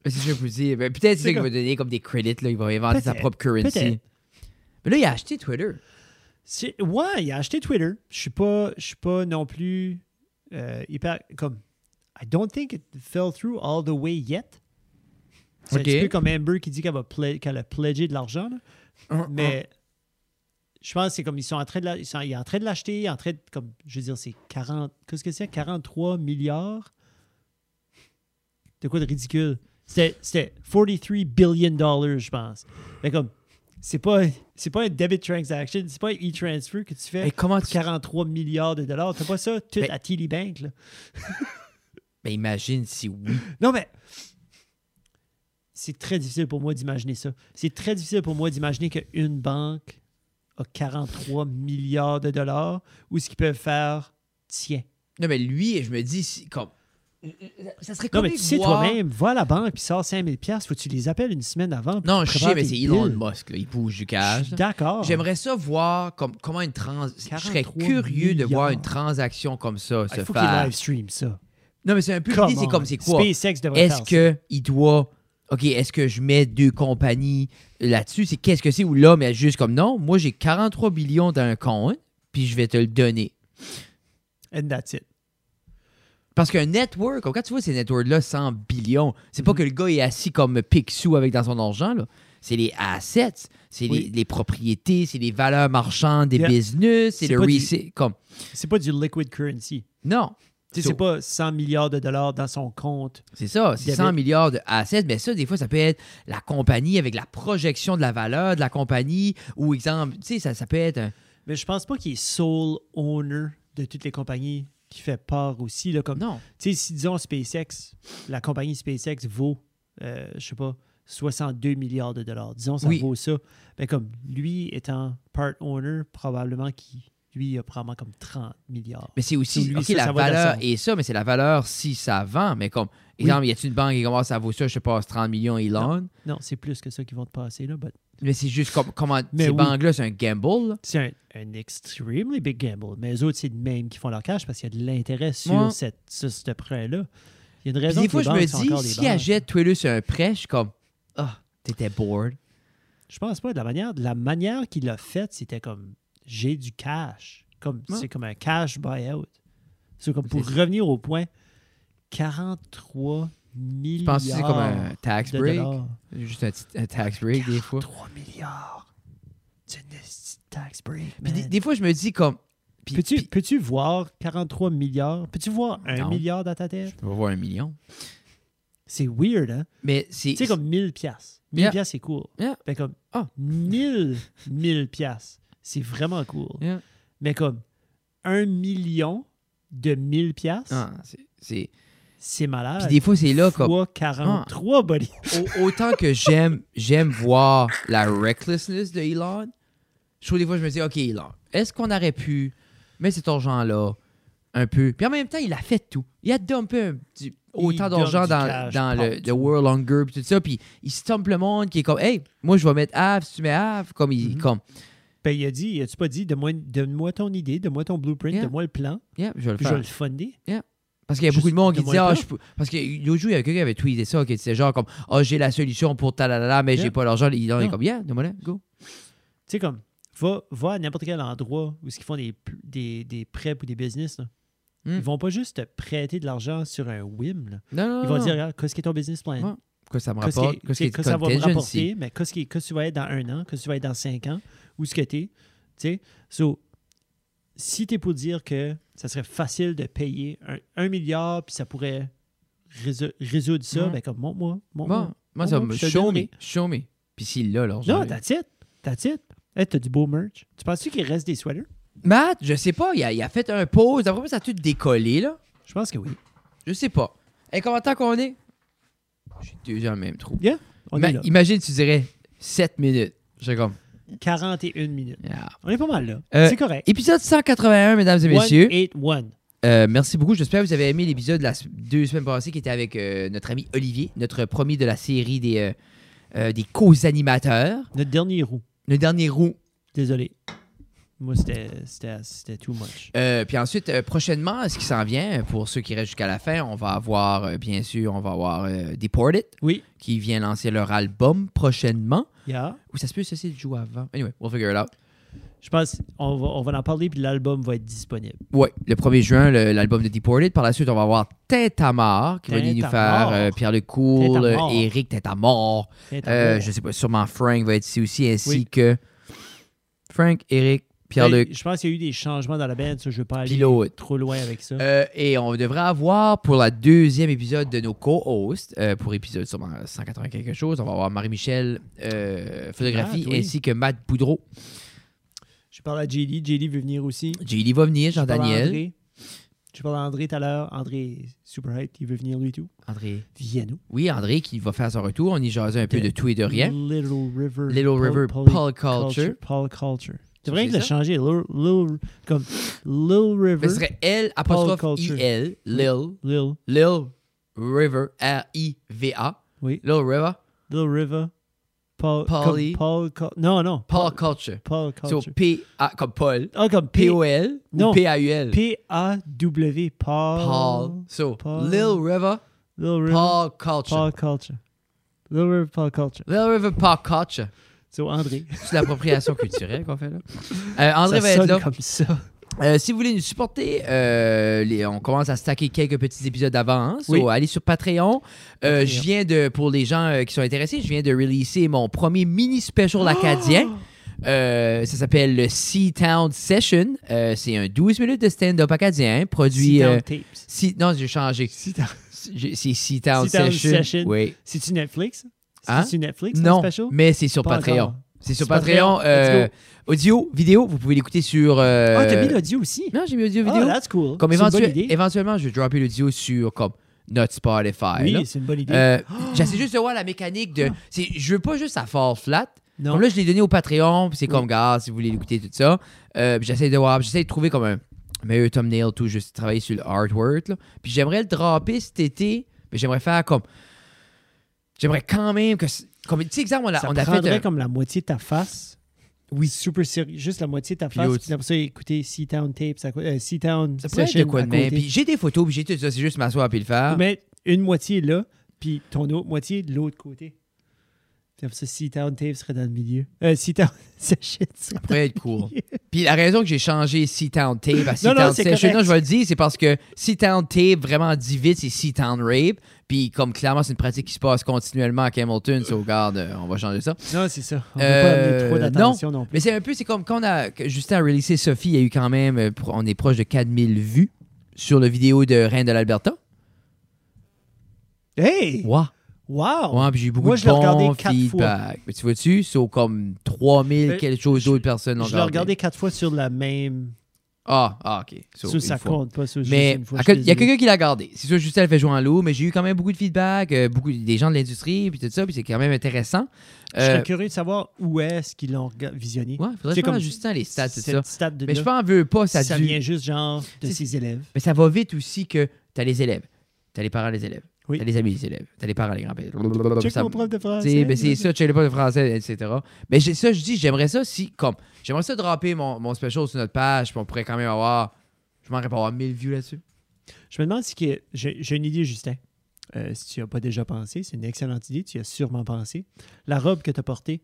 Speaker 2: C'est ce que je peux dire. Ben, Peut-être c'est
Speaker 1: C'est
Speaker 2: ça qu'il va
Speaker 1: comme-
Speaker 2: donner comme des credits, là. Il va inventer sa
Speaker 1: Peut-être,
Speaker 2: propre currency.
Speaker 1: peut-être.
Speaker 2: Mais là, il a acheté Twitter.
Speaker 1: C'est- Ouais, il a acheté Twitter. Je suis pas, je suis pas non plus euh, hyper comme. I don't think it fell through all the way yet. C'est
Speaker 2: Ok.
Speaker 1: un petit peu comme Amber qui dit qu'elle va pla- qu'elle a pledgé de l'argent, là. mais je pense que c'est comme ils sont en train de la- ils sont- il est en train de l'acheter, il est en train de comme je veux dire c'est 40 qu'est-ce que c'est 43 milliards. De quoi de ridicule. C'était c'était 43 billion dollars, je pense. Mais comme c'est pas c'est pas un debit transaction, c'est pas un e-transfer que tu fais
Speaker 2: Mais comment
Speaker 1: pour
Speaker 2: tu.
Speaker 1: 43 milliards de dollars, t'as pas ça tout
Speaker 2: Mais-
Speaker 1: à TD Bank là.
Speaker 2: Mais imagine si oui.
Speaker 1: Non, mais c'est très difficile pour moi d'imaginer ça. C'est très difficile pour moi d'imaginer qu'une banque a 43 milliards de dollars ou ce qu'ils peuvent faire, tiens.
Speaker 2: Non, mais lui, je me dis, si- comme. Ça serait
Speaker 1: Non,
Speaker 2: comme.
Speaker 1: mais tu sais toi-même, va à la banque puis sors 5000 pièces, faut que tu les appelles une semaine avant. puis
Speaker 2: Non,
Speaker 1: tu
Speaker 2: je sais,
Speaker 1: prépares
Speaker 2: mais
Speaker 1: tes
Speaker 2: c'est Elon
Speaker 1: bills.
Speaker 2: Musk, là. Il bouge du
Speaker 1: Je
Speaker 2: cash.
Speaker 1: suis d'accord.
Speaker 2: J'aimerais ça voir comme, comment une trans. Je
Speaker 1: 43
Speaker 2: serais curieux de voir
Speaker 1: milliards.
Speaker 2: une transaction comme ça
Speaker 1: Ah,
Speaker 2: se
Speaker 1: Il faut qu'il
Speaker 2: faire.
Speaker 1: live stream ça.
Speaker 2: Non, mais c'est un peu
Speaker 1: Come
Speaker 2: l'idée, c'est
Speaker 1: on.
Speaker 2: comme c'est quoi?
Speaker 1: SpaceX devrait
Speaker 2: Est-ce
Speaker 1: faire ça.
Speaker 2: que il doit. OK, est-ce que je mets deux compagnies là-dessus? C'est qu'est-ce que c'est où l'homme est juste comme non? Moi, j'ai 43 billions dans un compte, puis je vais te le donner.
Speaker 1: And that's it.
Speaker 2: Parce qu'un network, comme quand tu vois ces networks-là, 100 billions, c'est
Speaker 1: Mhm.
Speaker 2: pas que le gars est assis comme Picsou avec dans son argent, là. C'est les assets, c'est les,
Speaker 1: Oui.
Speaker 2: les propriétés, c'est les valeurs marchandes des
Speaker 1: Yeah.
Speaker 2: business, c'est
Speaker 1: C'est
Speaker 2: le
Speaker 1: pas du-
Speaker 2: resi- Comme.
Speaker 1: C'est pas du liquid currency.
Speaker 2: Non.
Speaker 1: Tu sais,
Speaker 2: So-
Speaker 1: c'est pas 100 milliards de dollars dans son compte.
Speaker 2: C'est ça, c'est
Speaker 1: Il y
Speaker 2: 100
Speaker 1: avait-
Speaker 2: milliards de assets, mais ça, des fois, ça peut être la compagnie avec la projection de la valeur de la compagnie, ou exemple, tu sais, ça, ça peut être un-
Speaker 1: Mais je pense pas qu'il est sole owner de toutes les compagnies qui fait part aussi. Là, comme,
Speaker 2: Non.
Speaker 1: tu sais, si disons SpaceX, la compagnie SpaceX vaut, euh, je sais pas, 62 milliards de dollars. Disons, ça
Speaker 2: Oui.
Speaker 1: vaut ça. Mais comme lui étant part owner, probablement qu'il, lui, il a probablement comme 30 milliards.
Speaker 2: Mais c'est aussi,
Speaker 1: Sous lui,
Speaker 2: OK,
Speaker 1: ça,
Speaker 2: la
Speaker 1: ça va dans
Speaker 2: valeur
Speaker 1: son-
Speaker 2: et ça, mais c'est la valeur si ça vend. Mais comme, exemple, y a-t-il une banque qui commence à vaut ça, je sais pas, 30 millions Elon?
Speaker 1: Non, c'est plus que ça qu'ils vont te passer, là. but
Speaker 2: Mais c'est juste comme, comment
Speaker 1: Mais
Speaker 2: ces
Speaker 1: oui.
Speaker 2: banques-là, c'est un gamble. là.
Speaker 1: c'est un, un extremely big gamble. Mais les autres, c'est de même qui font leur cash parce qu'il y a de l'intérêt sur
Speaker 2: Ouais.
Speaker 1: cette, sur ce prêt-là. Il y a une
Speaker 2: Puis
Speaker 1: raison
Speaker 2: des
Speaker 1: que
Speaker 2: fois,
Speaker 1: les
Speaker 2: je me
Speaker 1: banques sont encore
Speaker 2: dis,
Speaker 1: des
Speaker 2: si
Speaker 1: banques.
Speaker 2: elle jette Twitter sur un prêt, je suis comme, ah, t'étais bored.
Speaker 1: Je pense pas. De la manière, de la manière qu'il l'a fait, c'était comme j'ai du cash. Comme
Speaker 2: Ouais.
Speaker 1: c'est comme un cash buyout. C'est comme pour
Speaker 2: C'est-
Speaker 1: revenir au point 43 milliards.
Speaker 2: Je pense que c'est comme un tax
Speaker 1: Ah, de
Speaker 2: break.
Speaker 1: dollars.
Speaker 2: Juste un, petit- un tax break, des fois.
Speaker 1: 3 milliards. C'est une esti de tax break. man.
Speaker 2: Puis des, des fois, je me dis, comme, puis-
Speaker 1: Peux-tu
Speaker 2: puis-
Speaker 1: peux-tu voir 43 milliards? Peux-tu voir un
Speaker 2: Non.
Speaker 1: milliard dans ta tête?
Speaker 2: je peux avoir un million.
Speaker 1: C'est weird, hein?
Speaker 2: Mais c'est.
Speaker 1: Tu sais, comme 1000 piastres. 1000
Speaker 2: Yeah.
Speaker 1: piastres, c'est cool.
Speaker 2: Yeah.
Speaker 1: Fait comme,
Speaker 2: Ah.
Speaker 1: 1000, 1000 piastres, c'est vraiment cool.
Speaker 2: Yeah.
Speaker 1: Mais comme, un million de 1000 piastres,
Speaker 2: Ah, c'est- c'est.
Speaker 1: c'est malade.
Speaker 2: Puis des fois, c'est là, comme. Ah.
Speaker 1: Fois 43, buddy.
Speaker 2: au- autant que j'aime j'aime voir la recklessness de Elon, je trouve des fois, je me dis, OK, Elon, est-ce qu'on aurait pu mettre cet argent-là un peu. Puis en même temps, il a fait tout. Il a dumpé un petit- autant
Speaker 1: dump
Speaker 2: d'argent
Speaker 1: du
Speaker 2: dans,
Speaker 1: cash
Speaker 2: dans le,
Speaker 1: partout.
Speaker 2: le World Hunger puis tout ça. Puis il stompe le monde qui est comme Hey, moi je vais mettre Ave, si tu mets Ave. Comme il
Speaker 1: Mhm.
Speaker 2: comme
Speaker 1: Ben, il a dit, il a-tu pas dit, donne-moi donne-moi ton idée, donne-moi ton blueprint,
Speaker 2: Yeah.
Speaker 1: donne-moi le plan,
Speaker 2: Yeah, je vais le
Speaker 1: puis je
Speaker 2: faire.
Speaker 1: vais le funder.
Speaker 2: Parce qu'il y a
Speaker 1: Juste
Speaker 2: beaucoup de monde qui
Speaker 1: de
Speaker 2: disait,
Speaker 1: moins
Speaker 2: ah,
Speaker 1: le
Speaker 2: je peux- parce que l'autre jour, il y a quelqu'un qui avait tweeté ça, qui disait genre comme, ah, j'ai la solution pour talalala, mais j'ai
Speaker 1: Yeah.
Speaker 2: pas l'argent. Il il est
Speaker 1: Non.
Speaker 2: comme, yeah, donne-moi go.
Speaker 1: Tu sais, comme, va, va à n'importe quel endroit où ils font des, p- des, des prêts ou des business. là.
Speaker 2: Mm.
Speaker 1: Ils vont pas juste te prêter de l'argent sur un whim. là.
Speaker 2: Non, non,
Speaker 1: Ils
Speaker 2: non,
Speaker 1: vont
Speaker 2: non.
Speaker 1: dire, regarde, qu'est-ce qui est ton business plan?
Speaker 2: Ouais. Quoi ça me
Speaker 1: Qu'est-ce
Speaker 2: rapporte?
Speaker 1: qui-
Speaker 2: Qu'est-ce qui est
Speaker 1: qu'est- que ça va me
Speaker 2: contingency?
Speaker 1: rapporter? Mais qu'est-ce qui- qu'est-ce que tu vas être dans un an? Qu'est-ce que tu vas être dans cinq ans? Où est-ce que tu es? Tu sais, so, si tu es pour dire que ça serait facile de payer un, un milliard puis ça pourrait résou- résoudre ça,
Speaker 2: Ouais.
Speaker 1: ben comme, montre-moi, montre-moi.
Speaker 2: Bon, moi, ça
Speaker 1: Bon,
Speaker 2: me
Speaker 1: je te
Speaker 2: show me,
Speaker 1: donnerai.
Speaker 2: show me. Puis s'il l'a, l'argent.
Speaker 1: Non, that's it. That's it. Hey, t'as du beau merch. Tu penses-tu qu'il reste des sweaters?
Speaker 2: Matt, je sais pas, il a, il a fait un pause. D'après moi, ça a tout décollé, là.
Speaker 1: Je pense que oui.
Speaker 2: Je sais pas. Et combien de temps qu'on est? Je suis déjà dans le même trou.
Speaker 1: Yeah, on
Speaker 2: Mais
Speaker 1: est là.
Speaker 2: imagine, tu dirais 7 minutes. Je comme,
Speaker 1: 41 minutes.
Speaker 2: yeah.
Speaker 1: On est pas mal là.
Speaker 2: Euh,
Speaker 1: C'est correct.
Speaker 2: Épisode 181, mesdames et messieurs.
Speaker 1: 181.
Speaker 2: Euh, merci beaucoup. J'espère que vous avez aimé l'épisode de la s- deux semaines passées qui était avec euh, notre ami Olivier, notre premier de la série des, euh, euh, des co-animateurs.
Speaker 1: Notre dernier roux.
Speaker 2: Le dernier roux.
Speaker 1: Désolé. Moi, c'était- c'était c'était too much.
Speaker 2: Euh, puis ensuite, euh, prochainement, ce qui s'en vient, pour ceux qui restent jusqu'à la fin, on va avoir, euh, bien sûr, on va avoir euh, Deported
Speaker 1: Oui.
Speaker 2: qui vient lancer leur album prochainement.
Speaker 1: Yeah.
Speaker 2: Ou ça se peut que ceci joue avant. Anyway, we'll figure it out.
Speaker 1: Je pense on va, on va en parler, puis l'album va être disponible.
Speaker 2: Ouais, le 1er juin, le- l'album de Deported. Par la suite, on va avoir Tintamarre qui va venir nous faire
Speaker 1: Tintamarre.
Speaker 2: euh, Pierre Le Cool,
Speaker 1: Tintamarre.
Speaker 2: euh, Eric Tintamarre. Euh, je sais pas, sûrement Frank va être ici aussi, ainsi
Speaker 1: Ah Oui.
Speaker 2: que Frank, Eric, Pierre
Speaker 1: Mais
Speaker 2: Le
Speaker 1: Je pense qu'il y a eu des changements dans la band, ça, je ne veux pas aller
Speaker 2: Pilote.
Speaker 1: trop loin avec ça.
Speaker 2: Euh, et on devrait avoir pour la deuxième épisode de nos co-hosts, euh, pour épisode sûrement 180 quelque chose, on va avoir Marie-Michel euh, Photographie
Speaker 1: Ah, oui.
Speaker 2: ainsi que Matt Boudreau.
Speaker 1: Je parle à JD. JD veut venir aussi.
Speaker 2: J.D. va venir,
Speaker 1: Je parle à
Speaker 2: Jean-Daniel.
Speaker 1: André. Je parle à André tout à l'heure. André, est super hype, il veut venir lui et tout.
Speaker 2: André.
Speaker 1: Vienno.
Speaker 2: Oui, André qui va faire son retour. On y jasait un peu de
Speaker 1: De-
Speaker 2: tout et de rien.
Speaker 1: Little River.
Speaker 2: Little River
Speaker 1: Pol-
Speaker 2: Paul Culture.
Speaker 1: Culture. Paul Culture. C'est vrai
Speaker 2: C'est
Speaker 1: que de
Speaker 2: ça?
Speaker 1: changer Little, Little- comme Little River.
Speaker 2: Mais ce serait L apostrophe
Speaker 1: Paul Culture.
Speaker 2: I-L, Lil,
Speaker 1: Little,
Speaker 2: Lil River, R-I-V-A,
Speaker 1: oui.
Speaker 2: Lil River,
Speaker 1: Little River. Paul.
Speaker 2: Polly.
Speaker 1: comme Paul Cul- non, non.
Speaker 2: Paul Culture.
Speaker 1: Paul Culture.
Speaker 2: So P, A, comme Paul,
Speaker 1: ah, comme P-
Speaker 2: P-O-L ou
Speaker 1: Non.
Speaker 2: P-A-U-L.
Speaker 1: P-A-W. Paul.
Speaker 2: Paul. So,
Speaker 1: Paul.
Speaker 2: Lil River,
Speaker 1: Little River.
Speaker 2: Paul Culture.
Speaker 1: Paul Culture. Little River Paul Culture.
Speaker 2: Little River Paul Culture.
Speaker 1: So André.
Speaker 2: C'est l'appropriation culturelle qu'on fait là. Euh, <laughs> André
Speaker 1: ça
Speaker 2: va être
Speaker 1: sonne
Speaker 2: là.
Speaker 1: comme
Speaker 2: <laughs>
Speaker 1: ça.
Speaker 2: Euh, si vous voulez nous supporter, euh, les- on commence à stacker quelques petits épisodes d'avance.
Speaker 1: Oui.
Speaker 2: So, allez sur Patreon. Euh,
Speaker 1: Patreon.
Speaker 2: je viens de, pour les gens euh, qui sont intéressés, je viens de releaser mon premier mini
Speaker 1: Oh!
Speaker 2: special acadien. Euh, ça s'appelle le Sea Town Session. Euh, c'est un 12 minutes de stand-up acadien produit.
Speaker 1: Sit-down
Speaker 2: euh,
Speaker 1: tapes.
Speaker 2: Si- non, j'ai changé.
Speaker 1: Sit-down-
Speaker 2: J'ai- C'est Sea Town
Speaker 1: Sea Town
Speaker 2: Session.
Speaker 1: Session.
Speaker 2: Oui.
Speaker 1: C'est-tu Netflix?
Speaker 2: Hein?
Speaker 1: C'est-tu Netflix? le
Speaker 2: Non,
Speaker 1: special?
Speaker 2: mais c'est sur
Speaker 1: Pas
Speaker 2: Patreon.
Speaker 1: encore.
Speaker 2: C'est sur
Speaker 1: Sur Patreon,
Speaker 2: Patreon. euh,
Speaker 1: let's
Speaker 2: audio, vidéo, vous pouvez l'écouter sur. euh,
Speaker 1: Ah, t'as mis l'audio aussi?
Speaker 2: Non, j'ai mis audio,
Speaker 1: Ah,
Speaker 2: vidéo.
Speaker 1: that's cool.
Speaker 2: comme
Speaker 1: C'est une bonne
Speaker 2: éventuel-
Speaker 1: idée.
Speaker 2: éventuellement, je vais dropper l'audio sur comme notre Spotify. là.
Speaker 1: Oui, c'est une bonne idée. <gasps>
Speaker 2: Euh, J'essaie juste de voir la mécanique de. c'est- Je veux pas juste ça fort flat.
Speaker 1: non.
Speaker 2: Comme là, je l'ai donné au Patreon, puis c'est comme, gars, si vous voulez l'écouter, tout ça. Euh, puis j'essaie de voir, j'essaie de trouver comme un meilleur thumbnail, tout, juste travailler sur le artwork. là. Puis j'aimerais le dropper cet été, mais j'aimerais faire comme. J'aimerais quand même que. c- Comme, tu sais, exemple, on a,
Speaker 1: ça
Speaker 2: on a fait. euh,
Speaker 1: prendrait
Speaker 2: un-
Speaker 1: comme la moitié de ta face. Oui. Super sérieux. Juste la moitié de ta
Speaker 2: Puis
Speaker 1: face.
Speaker 2: l'autre-
Speaker 1: Puis après ça, écouter Seatown Tapes. à co- euh, Seatown
Speaker 2: Ça pourrait être de
Speaker 1: Session
Speaker 2: quoi
Speaker 1: à
Speaker 2: de même.
Speaker 1: côté.
Speaker 2: Puis j'ai des photos, puis j'ai tout ça, c'est juste m'asseoir puis le faire.
Speaker 1: Mais une moitié là, puis ton autre moitié de l'autre côté. Puis après ça, Seatown Tapes serait dans le milieu. Euh, <laughs> Seatown Session serait
Speaker 2: Ça pourrait
Speaker 1: <laughs>
Speaker 2: être cool. Puis la raison que j'ai changé Seatown Tape à
Speaker 1: Non, non,
Speaker 2: Seatown
Speaker 1: c'est
Speaker 2: Session,
Speaker 1: correct.
Speaker 2: non, je vais le dire, c'est parce que Seatown Tape vraiment dit vite, c'est Seatown Rape. Puis comme clairement, c'est une pratique qui se passe continuellement à Hamilton, so regarde, euh, on va changer ça.
Speaker 1: Non, c'est ça. On ne
Speaker 2: Euh,
Speaker 1: peut pas amener trop d'attention non, plus.
Speaker 2: Mais c'est un peu, c'est comme quand on a, que Justin a releasé Sophie, il y a eu quand même, euh, pro- on est proche de 4000 vues sur le vidéo de Reine de l'Alberta.
Speaker 1: Hey!
Speaker 2: Wow!
Speaker 1: Wow!
Speaker 2: Ouais, puis j'ai eu beaucoup
Speaker 1: Moi,
Speaker 2: de
Speaker 1: je l'ai regardé
Speaker 2: bons
Speaker 1: quatre
Speaker 2: feedback. Mais Tu vois-tu, c'est comme 3000
Speaker 1: Mais
Speaker 2: quelque chose
Speaker 1: je-
Speaker 2: d'autres personnes l'ont
Speaker 1: Je l'ai regardé quatre fois sur la même
Speaker 2: Ah, ah, ok. So,
Speaker 1: Ça,
Speaker 2: une
Speaker 1: ça
Speaker 2: fois.
Speaker 1: compte pas. ça, juste
Speaker 2: Mais
Speaker 1: une fois,
Speaker 2: à
Speaker 1: je suis
Speaker 2: quel- il y a
Speaker 1: désolé.
Speaker 2: quelqu'un qui l'a gardé. C'est sûr, Justin elle fait jouer en loup, mais j'ai eu quand même beaucoup de feedback, euh, beaucoup des gens de l'industrie, puis tout ça, puis c'est quand même intéressant.
Speaker 1: Je serais
Speaker 2: Euh,
Speaker 1: curieux de savoir où est-ce qu'ils l'ont rega- visionné.
Speaker 2: ouais, faudrait
Speaker 1: C'est
Speaker 2: demander à
Speaker 1: comme-
Speaker 2: Justin les stats, c'est ça.
Speaker 1: Cette stade de
Speaker 2: Mais
Speaker 1: là,
Speaker 2: je pense veux pas, ça,
Speaker 1: ça,
Speaker 2: dû-
Speaker 1: vient juste genre de
Speaker 2: C'est-
Speaker 1: ses élèves.
Speaker 2: Mais ça va vite aussi que t'as les élèves, t'as les parents des élèves,
Speaker 1: Oui.
Speaker 2: t'as les amis des élèves, t'as les parents des grands-pères.
Speaker 1: Check
Speaker 2: Ça-
Speaker 1: mon prof de
Speaker 2: Tu sais,
Speaker 1: français.
Speaker 2: ben, c'est ça, check le pas de français, etc. Mais j'ai- ça, je dis, j'aimerais ça si, comme, j'aimerais ça dropper mon, mon special sur notre page, puis on pourrait quand même avoir, je m'en pas avoir 1000 vues là-dessus.
Speaker 1: Je me demande si qu'il y a- j'ai j'ai une idée, Justin. Euh, si tu n'y as pas déjà pensé, c'est une excellente idée, tu y as sûrement pensé. La robe que tu as portée,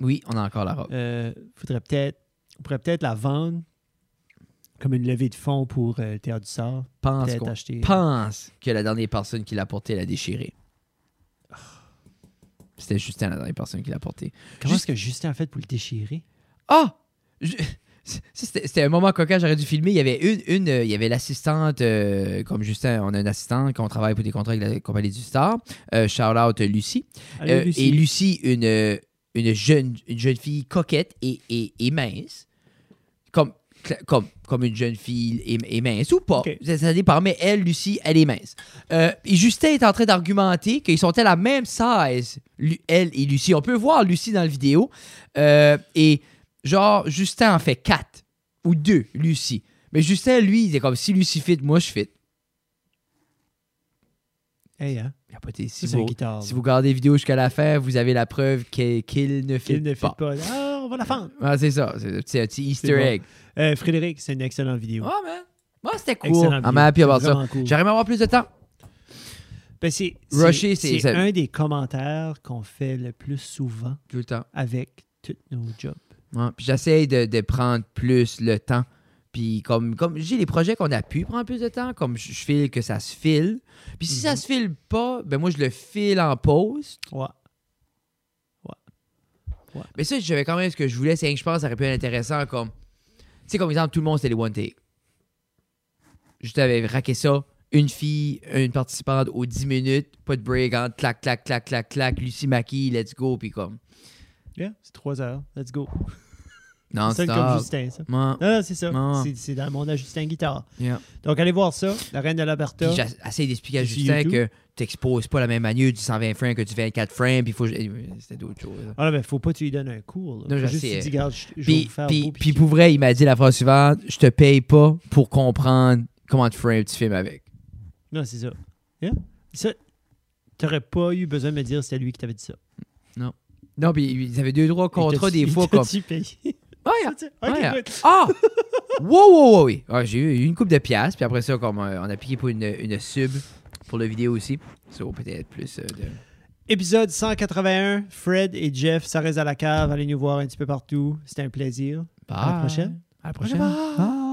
Speaker 2: Oui, on a encore la robe.
Speaker 1: euh, faudrait peut-être, on pourrait peut-être la vendre comme une levée de fonds pour euh, le Théâtre du Sort.
Speaker 2: pense
Speaker 1: Peut-être
Speaker 2: qu'on
Speaker 1: acheter.
Speaker 2: pense que la dernière personne qui l'a portée l'a déchirée. C'était Justin, la dernière personne qui l'a portée.
Speaker 1: Comment
Speaker 2: Juste-
Speaker 1: est-ce que Justin a fait pour le déchirer?
Speaker 2: Ah! Je- Ça, C'était c'était un moment coquin, j'aurais dû filmer. Il y avait une, une euh, il y avait l'assistante, euh, comme Justin, on a une assistante qu'on travaille pour des contrats avec la compagnie du Star. Euh, shout out Lucie.
Speaker 1: Allez,
Speaker 2: Euh,
Speaker 1: Lucie.
Speaker 2: Et Lucie, une, euh, une, jeune, une jeune fille coquette et, et- et mince. Comme, cla- comme, comme une jeune fille est, est mince ou pas.
Speaker 1: Ok.
Speaker 2: Ça, ça dépend, mais elle, Lucie, elle est mince. Euh, et Justin est en train d'argumenter qu'ils sont à la même size, Lu- elle et Lucie. On peut voir Lucie dans la vidéo. Euh, et genre, Justin en fait 4 ou 2, Lucie. Mais Justin, lui, il est comme si Lucie fit, moi je fit.
Speaker 1: Hey, hein?
Speaker 2: Il a pas été
Speaker 1: Ça,
Speaker 2: si
Speaker 1: c'est une
Speaker 2: beau.
Speaker 1: guitare.
Speaker 2: Si vous regardez la vidéo jusqu'à la fin, vous avez la preuve que- qu'il ne fit
Speaker 1: Il ne fait
Speaker 2: pas.
Speaker 1: pas. Ah, on va la fendre.
Speaker 2: Ah, c'est ça, c'est un petit, un petit
Speaker 1: C'est
Speaker 2: Easter
Speaker 1: bon.
Speaker 2: egg.
Speaker 1: Euh, Frédéric, c'est une excellente vidéo.
Speaker 2: Ouais, man. Ouais, c'était Ah, cool.
Speaker 1: Excellent.
Speaker 2: Ah, mais happy about ça.
Speaker 1: Cool.
Speaker 2: J'aurais aimé avoir plus de temps.
Speaker 1: Ben, c'est
Speaker 2: Rusher,
Speaker 1: c'est-
Speaker 2: c'est-
Speaker 1: c'est
Speaker 2: ça-
Speaker 1: un des commentaires qu'on fait le plus souvent
Speaker 2: Tout le temps.
Speaker 1: avec tous nos jobs.
Speaker 2: Ouais, Puis j'essaye de, de prendre plus le temps. Puis comme, comme j'ai les projets qu'on a pu prendre plus de temps, comme je, je file que ça se file. Puis si ça
Speaker 1: Mhm.
Speaker 2: se file pas, ben moi je le file en pause.
Speaker 1: Ouais.
Speaker 2: Mais ça, j'avais quand même ce que je voulais, c'est que je pense que ça aurait pu être intéressant comme. Tu sais, comme exemple, tout le monde c'était les one take. Je t'avais raqué ça. Une fille, une participante aux 10 minutes, pas de break, hein, clac, clac, clac, clac, clac, Lucie Maquis, let's go, puis comme.
Speaker 1: Yeah, c'est trois heures. Let's go.
Speaker 2: Non,
Speaker 1: C'est
Speaker 2: c'est
Speaker 1: comme Justin, ça. Non, non, c'est ça.
Speaker 2: Non.
Speaker 1: C'est- C'est dans le monde à Justin Guitare.
Speaker 2: Yeah.
Speaker 1: Donc, allez voir ça, La Reine de l'Alberta.
Speaker 2: Puis j'essaie d'expliquer à
Speaker 1: Sur
Speaker 2: Justin
Speaker 1: YouTube.
Speaker 2: que t'exposes pas la même manière du 120 frames que du 24 frames, puis faut. C'était d'autres choses. là.
Speaker 1: Ah, non, mais faut pas que tu lui donnes un cours. Là.
Speaker 2: Non,
Speaker 1: Faut
Speaker 2: je
Speaker 1: juste que
Speaker 2: sais.
Speaker 1: tu dis, regarde, je, je vais
Speaker 2: Puis,
Speaker 1: vous faire
Speaker 2: puis,
Speaker 1: beau,
Speaker 2: puis pour vrai, il m'a dit la phrase suivante Je te paye pas pour comprendre comment de frame tu filmes avec.
Speaker 1: Non, c'est ça. Yeah. Ça, t'aurais pas eu besoin de me dire c'était lui qui t'avait dit ça.
Speaker 2: Non, puis ils avaient deux, trois contrats des fois comme. Ah,
Speaker 1: tu payé?
Speaker 2: Ouais,
Speaker 1: <laughs> ok,
Speaker 2: Ouais.
Speaker 1: good.
Speaker 2: <laughs> Ah! wow, wow, wow, oui. Ah, j'ai eu une coupe de piastres, puis après ça, comme euh, on a piqué pour une, une sub pour la vidéo aussi. So, peut-être plus euh, de.
Speaker 1: Épisode 181. Fred et Jeff, ça reste à la cave. Allez nous voir un petit peu partout. C'était un plaisir. À la
Speaker 2: Bye.
Speaker 1: prochaine.
Speaker 2: À la prochaine.
Speaker 1: Bye.
Speaker 2: Bye.